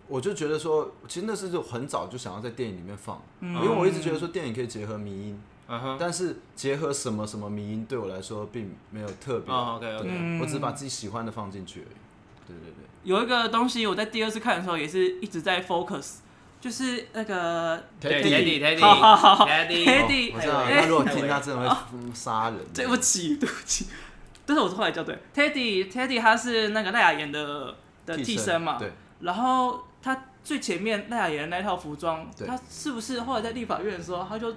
Speaker 3: 我就觉得说，其实那是就很早就想要在电影里面放，
Speaker 1: 嗯
Speaker 3: 因为我一直觉得说电影可以结合迷音，
Speaker 2: 嗯哼，
Speaker 3: 但是结合什么什么迷音对我来说并没有特别，
Speaker 2: 哦，OK
Speaker 3: 对
Speaker 2: OK，
Speaker 1: 嗯
Speaker 3: 我只是把自己喜欢的放进去而已。对对对，
Speaker 1: 有一个东西，我在第二次看的时候也是一直在 focus，就是那个
Speaker 2: 对
Speaker 3: Teddy
Speaker 2: ，Teddy
Speaker 1: 好好好嗯
Speaker 3: 哦
Speaker 1: 哎
Speaker 2: Teddy，Teddy，
Speaker 1: Teddy
Speaker 3: 我知道，
Speaker 2: 哎
Speaker 3: 他如果听他真的会嗯杀人。
Speaker 1: 对不起，对不起，但是我后来校对 Teddy Teddy 他是那个赖雅妍的的替身嘛，
Speaker 3: 对，
Speaker 1: 然后他最前面赖雅妍那一套服装，
Speaker 3: 对
Speaker 1: 他是不是后来在立法院的时候，他就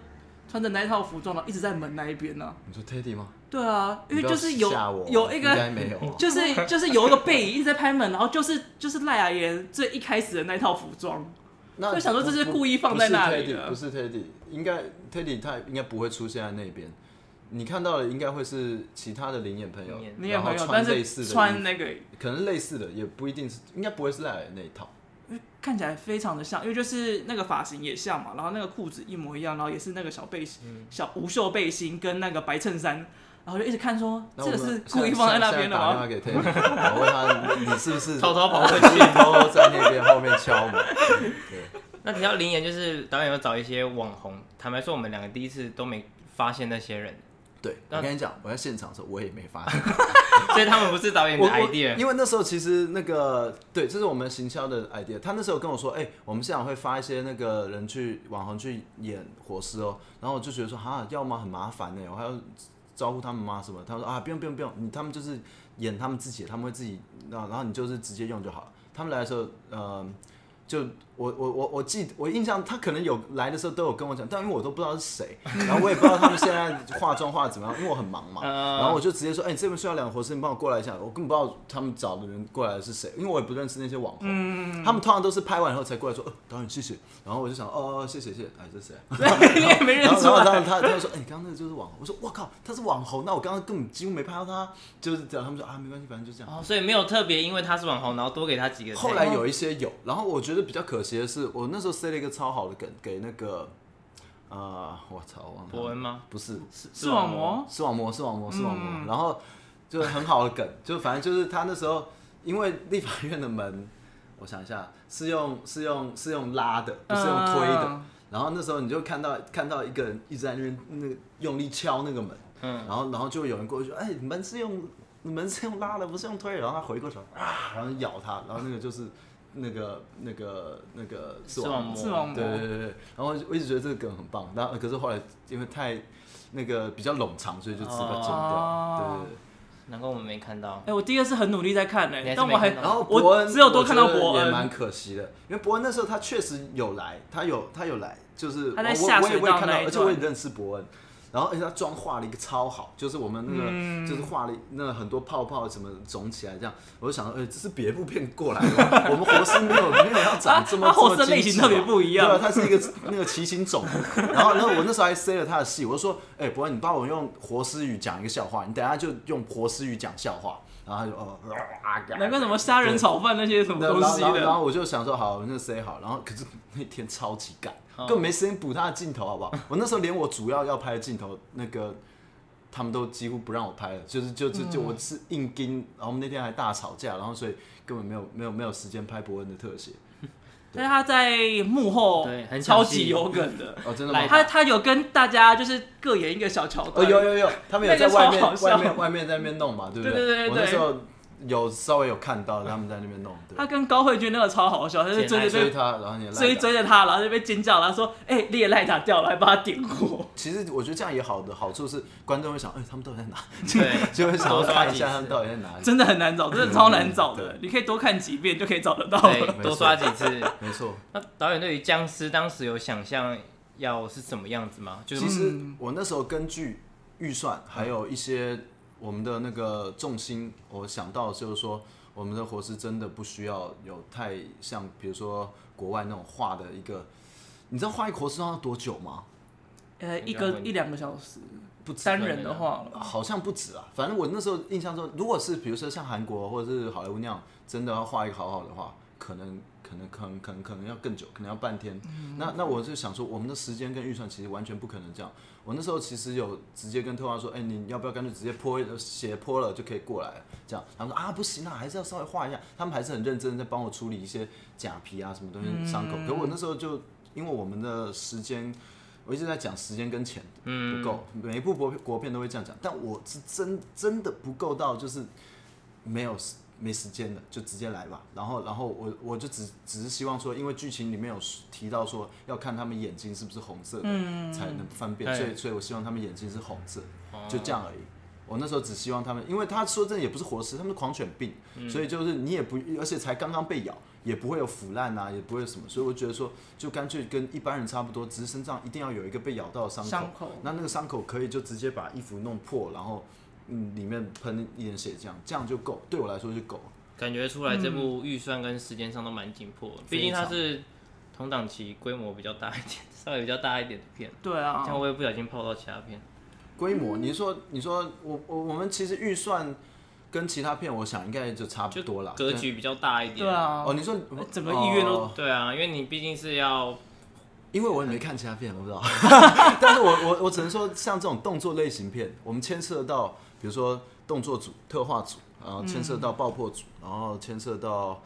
Speaker 1: 穿着那一套服装，然后一直在门那一边呢、
Speaker 3: 你说 Teddy 吗？
Speaker 1: 对啊，因为
Speaker 3: 你不
Speaker 1: 就
Speaker 3: 要
Speaker 1: 是有
Speaker 3: 吓我
Speaker 1: 有一
Speaker 3: 应该
Speaker 1: 个。
Speaker 3: 没有啊，
Speaker 1: 就是 就是有一个背影一直在拍门，然后就是就是赖雅妍最一开始的那套服装，
Speaker 3: 那
Speaker 1: 就想说这是
Speaker 3: 不
Speaker 1: 故意放在那里的
Speaker 3: 不是 Teddy，不是 Teddy，应该 Teddy 他应该不会出现在那边。你看到的应该会是其他的灵眼朋友
Speaker 2: 灵眼，
Speaker 1: 你也
Speaker 3: 然后
Speaker 1: 朋友，
Speaker 3: 穿
Speaker 1: 但
Speaker 3: 类
Speaker 1: 是
Speaker 3: 似的
Speaker 1: 穿
Speaker 3: 衣
Speaker 1: 那个
Speaker 3: 服可能类似的，也不一定是，应该不会是赖尔那一套。
Speaker 1: 看起来非常的像，因为就是那个发型也像嘛，然后那个裤子一模一样，然后也是那个小背心、
Speaker 3: 嗯
Speaker 1: 小无袖背心跟那个白衬衫，然后就一直看说
Speaker 3: 那
Speaker 1: 这
Speaker 3: 我
Speaker 1: 个
Speaker 3: 们
Speaker 1: 是
Speaker 3: 现在
Speaker 1: 故意放在那边
Speaker 3: 现
Speaker 1: 的
Speaker 3: 在打电
Speaker 1: 吗
Speaker 3: 话？给 Teddy，然后问他你是 不是
Speaker 2: 偷偷跑过
Speaker 3: 去，偷偷在那边后面敲门？对，
Speaker 2: 那提到林岩，就是导演有找一些网红，坦白说，我们两个第一次都没发现那些 人，
Speaker 3: 对
Speaker 2: 那
Speaker 3: 我跟你讲，我在现场的时候我也没发现。
Speaker 2: 所以他们不是导演的
Speaker 3: 我
Speaker 2: idea。
Speaker 3: 因为那时候其实那个对，这是我们行销的 idea。他那时候跟我说，哎、我们现场会发一些那个人去网红去演火狮哦，然后我就觉得说，哈，要吗？很麻烦呢、我还要招呼他们吗？什么？他说啊，不用不用不用，你他们就是演他们自己，他们会自己，然后然后你就是直接用就好了。他们来的时候，呃，就我我我我记我印象，他可能有来的时候都有跟我讲，但因为我都不知道是谁，然后我也不知道他们现在化妆化得怎么样，因为我很忙嘛，
Speaker 2: 嗯
Speaker 3: 然后我就直接说，哎、你这边需要两个活尸，你帮我过来一下，我根本不知道他们找的人过来的是谁，因为我也不认识那些网红，他们通常都是拍完以后才过来说，呃，导演谢谢，然后我就想，哦，哦谢谢谢谢，哎，这是谁 啊？
Speaker 1: 对，你也没认
Speaker 3: 然后
Speaker 1: 出
Speaker 3: 然后
Speaker 1: 来。
Speaker 3: 然后他他就说，哎、你刚刚那个就是网红，我说我靠，他是网红，那我刚刚根本几乎没拍到他，就是这样，他们说啊，没关系，反正就这样。
Speaker 2: 哦，所以没有特别，因为他是网红，然后多给他几个 take。
Speaker 3: 后来有一些有，然后我觉得比较可惜的是，我那时候塞了一个超好的梗给那个，呃，我操，我忘了
Speaker 2: 伯恩吗？
Speaker 3: 不是，
Speaker 1: 视网膜，
Speaker 3: 视网膜，视网膜，视网
Speaker 2: 嗯
Speaker 3: 膜，然后就是很好的梗，就反正就是他那时候，因为立法院的门，我想一下，是用是用是用拉的，不是用推的，
Speaker 1: 嗯
Speaker 3: 然后那时候你就看到看到一个人一直在那边那个用力敲那个门，
Speaker 2: 嗯
Speaker 3: 然后然后就有人过去说，哎、门是用门是用拉的，不是用推的，然后他回过头啊，然后咬他，然后那个就是那个那个那个
Speaker 2: 视网膜，
Speaker 1: 视网膜
Speaker 3: 对对对对，对然后我一直觉得这个梗很棒，然后可是后来因为太那个比较冗长，所以就直接把它剪掉。
Speaker 1: 哦
Speaker 3: 对对对。
Speaker 2: 难怪我们没看 到。
Speaker 1: 哎，我第二次很努力在看呢哎
Speaker 2: 你还，是
Speaker 1: 但
Speaker 2: 没
Speaker 1: 我还
Speaker 2: 看到
Speaker 3: 然后
Speaker 1: 我
Speaker 3: 伯恩
Speaker 1: 只有多看到伯
Speaker 3: 我觉得也
Speaker 1: 恩
Speaker 3: 蛮可惜的，因为伯恩那时候他确实有来，他有他有来，就是
Speaker 1: 他在
Speaker 3: 我
Speaker 1: 下
Speaker 3: 我也
Speaker 1: 水
Speaker 3: 我也
Speaker 1: 道
Speaker 3: 看到，
Speaker 1: 那一
Speaker 3: 而且我也
Speaker 1: 段
Speaker 3: 认识伯恩。然后，而且他妆画了一个超好，就是我们那个，
Speaker 1: 嗯
Speaker 3: 就是画了那很多泡泡什么肿起来这样，我就想说，哎、这是别部片过来的， 我们活尸没有没有要长这么，
Speaker 1: 啊啊
Speaker 3: 这
Speaker 1: 活
Speaker 3: 么
Speaker 1: 尸类型
Speaker 3: 精致
Speaker 1: 特
Speaker 3: 嘛
Speaker 1: 别不一样
Speaker 3: 对啊，他是一个那个奇形种。然后，然后我那时候还塞了他的戏，我就说，哎、伯恩，你帮我用活尸语讲一个笑话，你等一下就用活尸语讲笑话。然后他就哦，啊
Speaker 1: 难怪什么杀人炒饭那些什么
Speaker 3: 然后
Speaker 1: 东西
Speaker 3: 然后然
Speaker 1: 的，
Speaker 3: 后我就想说，好，那塞好。然后可是那天超级赶，根本没时间补他的镜头，好不好？我那时候连我主要要拍的镜头，那个他们都几乎不让我拍了，就是就就就我是硬盯。然后我们那天还大吵架，然后所以根本没有没有没有时间拍伯恩的特写。
Speaker 1: 但是他在幕后
Speaker 2: 对很
Speaker 1: 超
Speaker 2: 抢
Speaker 1: 级
Speaker 2: 戏
Speaker 1: 有梗的，
Speaker 3: 哦，真的吗？
Speaker 1: 他他有跟大家就是各演一个小桥
Speaker 3: 哦，
Speaker 1: 段，
Speaker 3: 有有有，他们有在外面
Speaker 1: 那个超好
Speaker 3: 外
Speaker 1: 笑
Speaker 3: 面外面在那边弄嘛，对不
Speaker 1: 对对对对
Speaker 3: 我那时候有稍微有看到他们在那边弄，对
Speaker 1: 他。跟高慧君那个超好笑，他就追
Speaker 2: 简爱
Speaker 1: 着
Speaker 2: 对
Speaker 1: 追
Speaker 3: 追他，然后你也赖
Speaker 1: 追
Speaker 3: 他
Speaker 1: 追着他，然后就被尖叫，然后说：“哎、你也赖打掉了，还帮他点 火。
Speaker 3: 其实我觉得这样也好的好处是，观众会想，哎、他们到底在哪？
Speaker 2: 对，
Speaker 3: 就会想要
Speaker 2: 多刷
Speaker 3: 看一
Speaker 2: 几
Speaker 3: 下
Speaker 2: 次
Speaker 3: 他们到底在哪”里。
Speaker 1: 真的很难找，真的超难找的
Speaker 3: 对。
Speaker 1: 你可以多看几遍就可以找得到了。
Speaker 2: 对，多刷几次。
Speaker 3: 没错，
Speaker 2: 那导演对于僵尸当时有想象要是什么样子吗？就
Speaker 3: 其
Speaker 2: 是嗯
Speaker 3: 实我那时候根据预算，还有一些我们的那个重心，我想到就是说，我们的活尸真的不需要有太像，比如说国外那种画的一个，你知道画一个活尸通常要多久吗？
Speaker 1: 呃，一
Speaker 2: 应该
Speaker 1: 个
Speaker 2: 会
Speaker 1: 一两个小时，
Speaker 3: 不止啊
Speaker 1: 单人的话了，
Speaker 3: 好像不止啊，反正我那时候印象中，如果是比如说像韩国或者是好莱坞那样，真的要画一个好好的话，可能可能可能可能可能要更久，可能要半天。那那我就想说，我们的时间跟预算其实完全不可能这样。我那时候其实有直接跟特化说，哎、你要不要干脆直接泼血泼了就可以过来了这样，他们说啊不行啊，还是要稍微画一下。他们还是很认真地在帮我处理一些假皮啊什么东西伤口。可我那时候就因为我们的时间，我一直在讲时间跟钱不够，每一部国国片都会这样讲，但我是真真的不够到就是没有时没时间了，就直接来吧。然后然后我我就只只是希望说，因为剧情里面有提到说要看他们眼睛是不是红色的、才能分辨，
Speaker 2: 对
Speaker 3: 所以所以我希望他们眼睛是红色，就这样而已。我那时候只希望他们，因为他说真的也不是活尸，他们是狂犬病，所以就是你也不，而且才刚刚被咬，也不会有腐烂啊，也不会有什么，所以我觉得说，就干脆跟一般人差不多，只是身上一定要有一个被咬到的伤口，
Speaker 1: 伤口
Speaker 3: 那那个伤口可以就直接把衣服弄破，然后嗯里面喷一点血，这样这样就够，对我来说就够了。
Speaker 2: 感觉出来这
Speaker 1: 嗯
Speaker 2: 部预算跟时间上都蛮紧迫的，毕竟它是同档期规模比较大一点，稍微比较大一点的片，
Speaker 1: 对
Speaker 3: 哦
Speaker 2: 这样
Speaker 1: 啊，
Speaker 2: 我也不小心泡到其他片。
Speaker 3: 规模，你说你说我我我们其实预算跟其他片，我想应该就差不
Speaker 2: 就
Speaker 3: 啊多啦。
Speaker 2: 格
Speaker 3: 对
Speaker 2: 局比较大一点。
Speaker 1: 对，啊
Speaker 3: 哦，，你说
Speaker 1: 整个意愿都
Speaker 3: 哦
Speaker 2: 对啊，因为你毕竟是要
Speaker 3: 因为我也没看其他片，我不知道。但是我我我只能说，像这种动作类型片，我们牵涉到，比如说动作组、特化组，然后牵涉到爆破组，然后牵涉到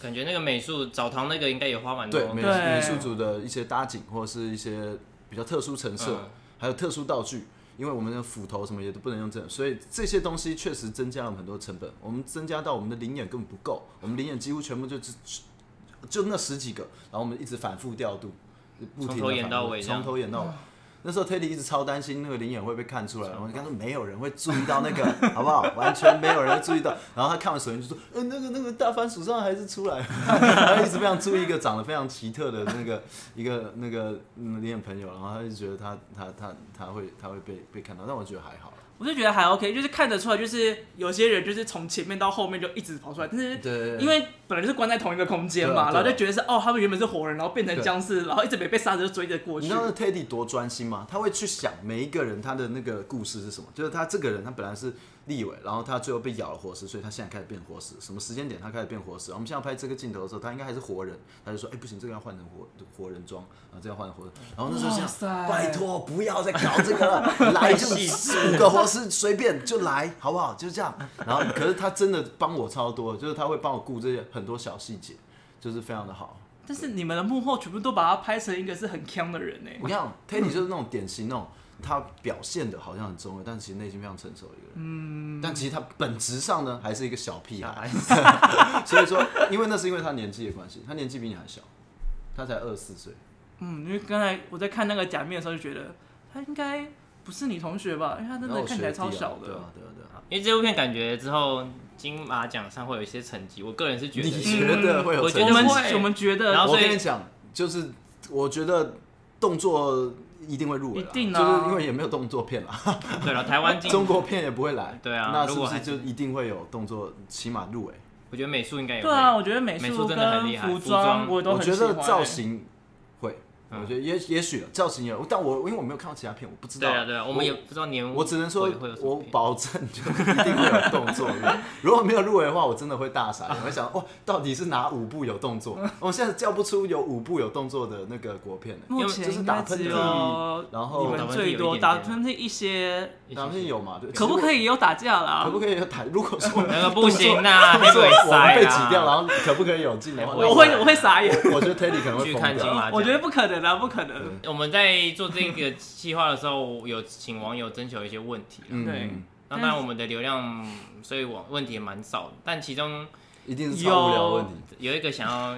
Speaker 2: 感觉那个美术澡堂那个应该也花蛮多嗯
Speaker 3: 对美术
Speaker 1: 对
Speaker 3: 美术组的一些搭景，或者是一些比较特殊陈设，
Speaker 2: 嗯
Speaker 3: 还有特殊道具。因为我们的斧头什么也都不能用这，所以这些东西确实增加了很多成本。我们增加到我们的灵眼根本不够，我们灵眼几乎全部就只就那十几个，然后我们一直反复调度，不
Speaker 2: 从
Speaker 3: 停的
Speaker 2: 头演到尾这
Speaker 3: 从
Speaker 2: 样
Speaker 3: 头演到尾。那时候 Teddy 一直超担心那个灵眼会被看出来，然后跟他说没有人会注意到那个，好不好？完全没有人会注意到。然后他看完首映就说：“呃，那个那个大番薯上还是出来。” 他一直非常注意一个长得非常奇特的那个一个那个嗯灵眼朋友，然后他就觉得他他他他会他会被被看到，但我觉得还好啦。
Speaker 1: 我就觉得还 OK，就是看得出来，就是有些人就是从前面到后面就一直跑出来，但是
Speaker 3: 对
Speaker 1: 因为本来就是关在同一个空间
Speaker 3: 对
Speaker 1: 嘛，
Speaker 3: 啊对啊
Speaker 1: 然后就觉得是哦，他们原本是活人，然后变成
Speaker 3: 对
Speaker 1: 僵尸，然后一直没被杀，就追着过
Speaker 3: 你
Speaker 1: 去
Speaker 3: 知。道那 Teddy 多专心吗？他会去想每一个人他的那个故事是什么，就是他这个人他本来是立委，然后他最后被咬了活尸，所以他现在开始变活尸。什么时间点他开始变活尸？我们现在拍这个镜头的时候，他应该还是活人，他就说：“哎、不行，这个要换成活活人装，啊，这个要换成活人。”然后那时候
Speaker 1: 哇塞
Speaker 3: 想，拜托不要再搞这个了，来就五个活尸随便就来，好不好？就这样。然后可是他真的帮我超多，就是他会帮我顾这些很多小细节，就是非常的好。
Speaker 1: 但是你们的幕后全部都把他拍成一个是很强的人呢、欸
Speaker 3: 我跟你讲，Teddy 就是那种典型那种，他表现的好像很中二，但其实内心非常成熟的一个人。嗯，但其实他本质上呢，还是一个小屁孩。 所以说，因为那是因为他年纪的关系，他年纪比你还小，他才二十四岁。
Speaker 1: 嗯，因为刚才我在看那个假面的时候就觉得他应该不是你同学吧，因为他真
Speaker 3: 然后
Speaker 1: 的
Speaker 3: 我
Speaker 1: 看起
Speaker 3: 学
Speaker 1: 来
Speaker 3: 弟
Speaker 1: 超
Speaker 3: 啊
Speaker 1: 小
Speaker 3: 对
Speaker 1: 的。
Speaker 3: 啊，对啊，对啊。
Speaker 2: 因为这部片感觉之后金马奖上会有一些成绩，我个人是觉
Speaker 3: 你
Speaker 2: 得。
Speaker 3: 啊觉得会有
Speaker 2: 我
Speaker 3: 成
Speaker 2: 觉
Speaker 1: 嗯我
Speaker 2: 得
Speaker 3: 绩？
Speaker 1: 们
Speaker 2: 会
Speaker 1: 我们觉得，
Speaker 2: 然后
Speaker 3: 我
Speaker 2: 所以
Speaker 3: 跟你讲，就是我觉得动作一定会入围啦，
Speaker 1: 一定啊
Speaker 3: 就是因为也没有动作片啦，
Speaker 2: 对了，台湾金，
Speaker 3: 中国片也不会来。
Speaker 2: 对啊
Speaker 3: 那是
Speaker 2: 如
Speaker 3: 不
Speaker 2: 果
Speaker 3: 是
Speaker 2: 还
Speaker 3: 就一定会有动作，起码入围？
Speaker 2: 我觉得美术应该也会
Speaker 1: 对。啊，我觉得美
Speaker 2: 美
Speaker 1: 跟
Speaker 2: 术真的很厉害
Speaker 1: 服
Speaker 2: 服装
Speaker 1: 我都
Speaker 3: 我
Speaker 1: 很
Speaker 3: 觉
Speaker 1: 喜
Speaker 3: 得
Speaker 1: 欢、
Speaker 3: 造型会，
Speaker 2: 嗯
Speaker 3: 我觉得也也许造型有，但我因为我没有看到其他片，我不知
Speaker 2: 对
Speaker 3: 道。
Speaker 2: 啊，对啊，我们也不知道年
Speaker 3: 我只能说
Speaker 2: 会有，什么
Speaker 3: 我
Speaker 2: 片
Speaker 3: 保证就一定会有动作。 如果没有入围的话，我真的会大傻眼，我会想，哇，到底是哪五部有动作？我现在叫不出有五部有动作的那个国片呢。
Speaker 1: 目
Speaker 2: 因
Speaker 1: 前
Speaker 3: 为就是
Speaker 1: 应
Speaker 3: 打
Speaker 1: 该
Speaker 3: 喷嚏
Speaker 1: 只有
Speaker 3: 然后
Speaker 1: 你
Speaker 2: 打
Speaker 1: 们
Speaker 2: 喷嚏
Speaker 1: 最
Speaker 2: 有一
Speaker 1: 多
Speaker 2: 点
Speaker 1: 打
Speaker 2: 点
Speaker 1: 喷嚏一些，
Speaker 3: 当然有嘛，对。
Speaker 1: 可不可
Speaker 3: 以？
Speaker 1: 以有打架啦
Speaker 3: 可？不可以有台？如果说
Speaker 2: 啊 那个不行呐，黑
Speaker 3: 动作
Speaker 2: 鬼
Speaker 3: 我们
Speaker 2: 塞
Speaker 3: 被
Speaker 2: 啊
Speaker 3: 挤掉，然后可不可以有进的话，
Speaker 1: 我会我会傻眼，
Speaker 3: 我觉得 Teddy 可能会
Speaker 2: 去
Speaker 3: 疯
Speaker 2: 看金
Speaker 3: 掉。
Speaker 2: 马奖。
Speaker 1: 我觉得不可能啊，不可能。
Speaker 2: 我们在做这个计划的时候，有请网友征求一些问题啦。啊
Speaker 1: 对
Speaker 3: 嗯，
Speaker 2: 那当然，我们的流量，所以网问题也蛮少的，但其中
Speaker 3: 一定是超无聊的问题。
Speaker 2: 有一个想要，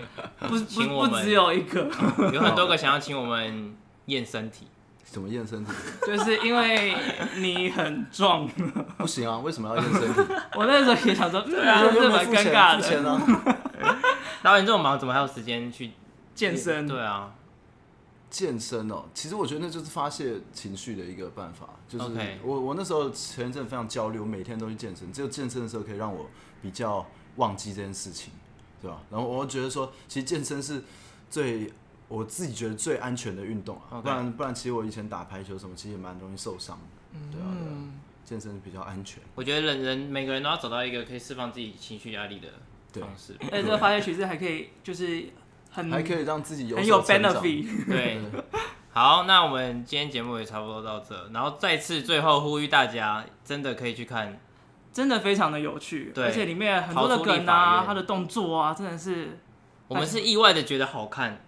Speaker 1: 不
Speaker 2: 请
Speaker 1: 不
Speaker 2: 我
Speaker 1: 不
Speaker 2: 们
Speaker 1: 只有一个，
Speaker 2: 有很多个想要请我们验身体，
Speaker 3: 怎么验身体？
Speaker 1: 就是因为你很壮。
Speaker 3: 不行啊，为什么要验身体？
Speaker 1: 我那时候也想说，嗯，
Speaker 2: 啊
Speaker 3: 又
Speaker 1: 这
Speaker 3: 没
Speaker 1: 蛮
Speaker 3: 付
Speaker 1: 尴
Speaker 3: 钱
Speaker 1: 尬
Speaker 3: 付钱
Speaker 1: 的。
Speaker 3: 啊！
Speaker 2: 然后你这种忙，怎么还有时间去
Speaker 1: 健身，
Speaker 2: 对啊，
Speaker 3: 健身哦，其实我觉得那就是发泄情绪的一个办法。就是
Speaker 2: OK
Speaker 3: 我我那时候前一阵非常焦虑，我每天都去健身，只有健身的时候可以让我比较忘记这件事情，对吧？然后我觉得说，其实健身是最我自己觉得最安全的运动啊，
Speaker 2: OK
Speaker 3: 不然不然，其实我以前打排球什么，其实也蛮容易受伤的，对啊，对啊
Speaker 1: 嗯
Speaker 3: 健身比较安全。
Speaker 2: 我觉得人人每个人都要找到一个可以释放自己情绪压力的
Speaker 3: 对
Speaker 2: 方式。
Speaker 1: 而且这个发泄曲式还可以，就是很
Speaker 3: 还可以让自己有
Speaker 1: 很
Speaker 3: 所
Speaker 1: 有
Speaker 3: 成长
Speaker 1: benefit。
Speaker 2: 对，好，那我们今天节目也差不多到这，然后再次最后呼吁大家，真的可以去看，
Speaker 1: 真的非常的有趣，
Speaker 2: 对
Speaker 1: 而且里面很多的
Speaker 2: 逃出立
Speaker 1: 梗
Speaker 2: 法
Speaker 1: 啊，
Speaker 2: 院
Speaker 1: 他的动作啊，真的是
Speaker 2: 我们是意外的觉得好看，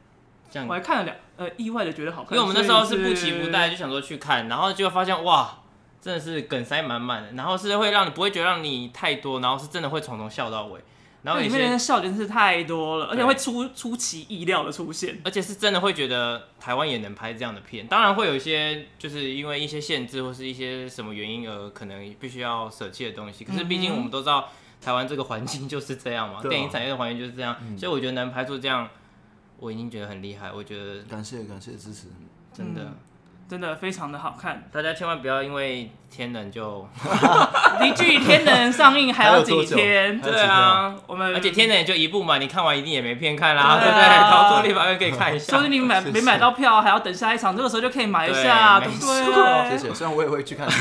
Speaker 2: 这样
Speaker 1: 我还看了两呃意外的觉得好
Speaker 2: 嗯因
Speaker 1: 看，
Speaker 2: 为我们那时候
Speaker 1: 所
Speaker 2: 是
Speaker 1: 以
Speaker 2: 不期不待，就想说去看，然后就发现哇，真的是梗塞满满的，然后是会让你不会觉得让你太多，然后是真的会从头笑到尾，然
Speaker 1: 那
Speaker 2: 后有
Speaker 1: 里
Speaker 2: 些
Speaker 1: 面的笑点真是太多了，而且
Speaker 2: 对
Speaker 1: 会出出其意料的出现。
Speaker 2: 而且是真的会觉得台湾也能拍这样的片，当然会有一些就是因为一些限制或是一些什么原因而可能必须要舍弃的东西。可是毕竟我们都知道台湾这个环境就是这样嘛，
Speaker 3: 对啊
Speaker 2: 电影产业的环境就是这样，所以我觉得能拍出这样，我已经觉得很厉害。我觉得
Speaker 3: 感谢感谢支持，
Speaker 2: 真的，
Speaker 1: 真的非常的好看，
Speaker 2: 大家千万不要因为天冷就，
Speaker 1: 离距离天能上映还
Speaker 3: 还
Speaker 1: 有
Speaker 3: 有多
Speaker 1: 几
Speaker 3: 久
Speaker 1: 天？
Speaker 3: 还
Speaker 1: 对
Speaker 3: 有几
Speaker 1: 啊，我们
Speaker 2: 而且天冷也就一部嘛，你看完一定也没片看啦，
Speaker 1: 对
Speaker 2: 对
Speaker 1: 啊
Speaker 2: 不对？逃出立法院可以看 一
Speaker 1: 说
Speaker 2: 下
Speaker 1: 不。定你买
Speaker 3: 是
Speaker 1: 没买到票，还要等下一场，这个时候就可以买一下，
Speaker 2: 对
Speaker 1: 对
Speaker 2: 没
Speaker 1: 不
Speaker 2: 错
Speaker 3: 谢
Speaker 1: 对？
Speaker 3: 谢。虽然我也会去看片，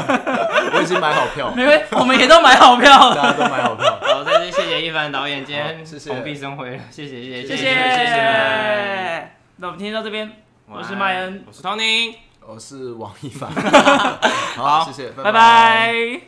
Speaker 3: 我已经买好票，
Speaker 1: 没问，我们也都买好票了。
Speaker 3: 大家都买好票。
Speaker 2: 好，再次谢谢一凡导演今天
Speaker 3: 好谢谢
Speaker 2: 蓬荜生辉了，谢谢谢谢
Speaker 1: 谢
Speaker 2: 谢
Speaker 1: 谢，
Speaker 2: 谢谢。
Speaker 1: 那我们今天到这边，我
Speaker 2: 我
Speaker 1: 是
Speaker 2: 是
Speaker 1: 麦
Speaker 2: 麦
Speaker 1: 恩
Speaker 2: 恩，我是 Tony。
Speaker 3: 我是王一凡，
Speaker 2: 好
Speaker 3: 谢谢，
Speaker 1: 拜拜。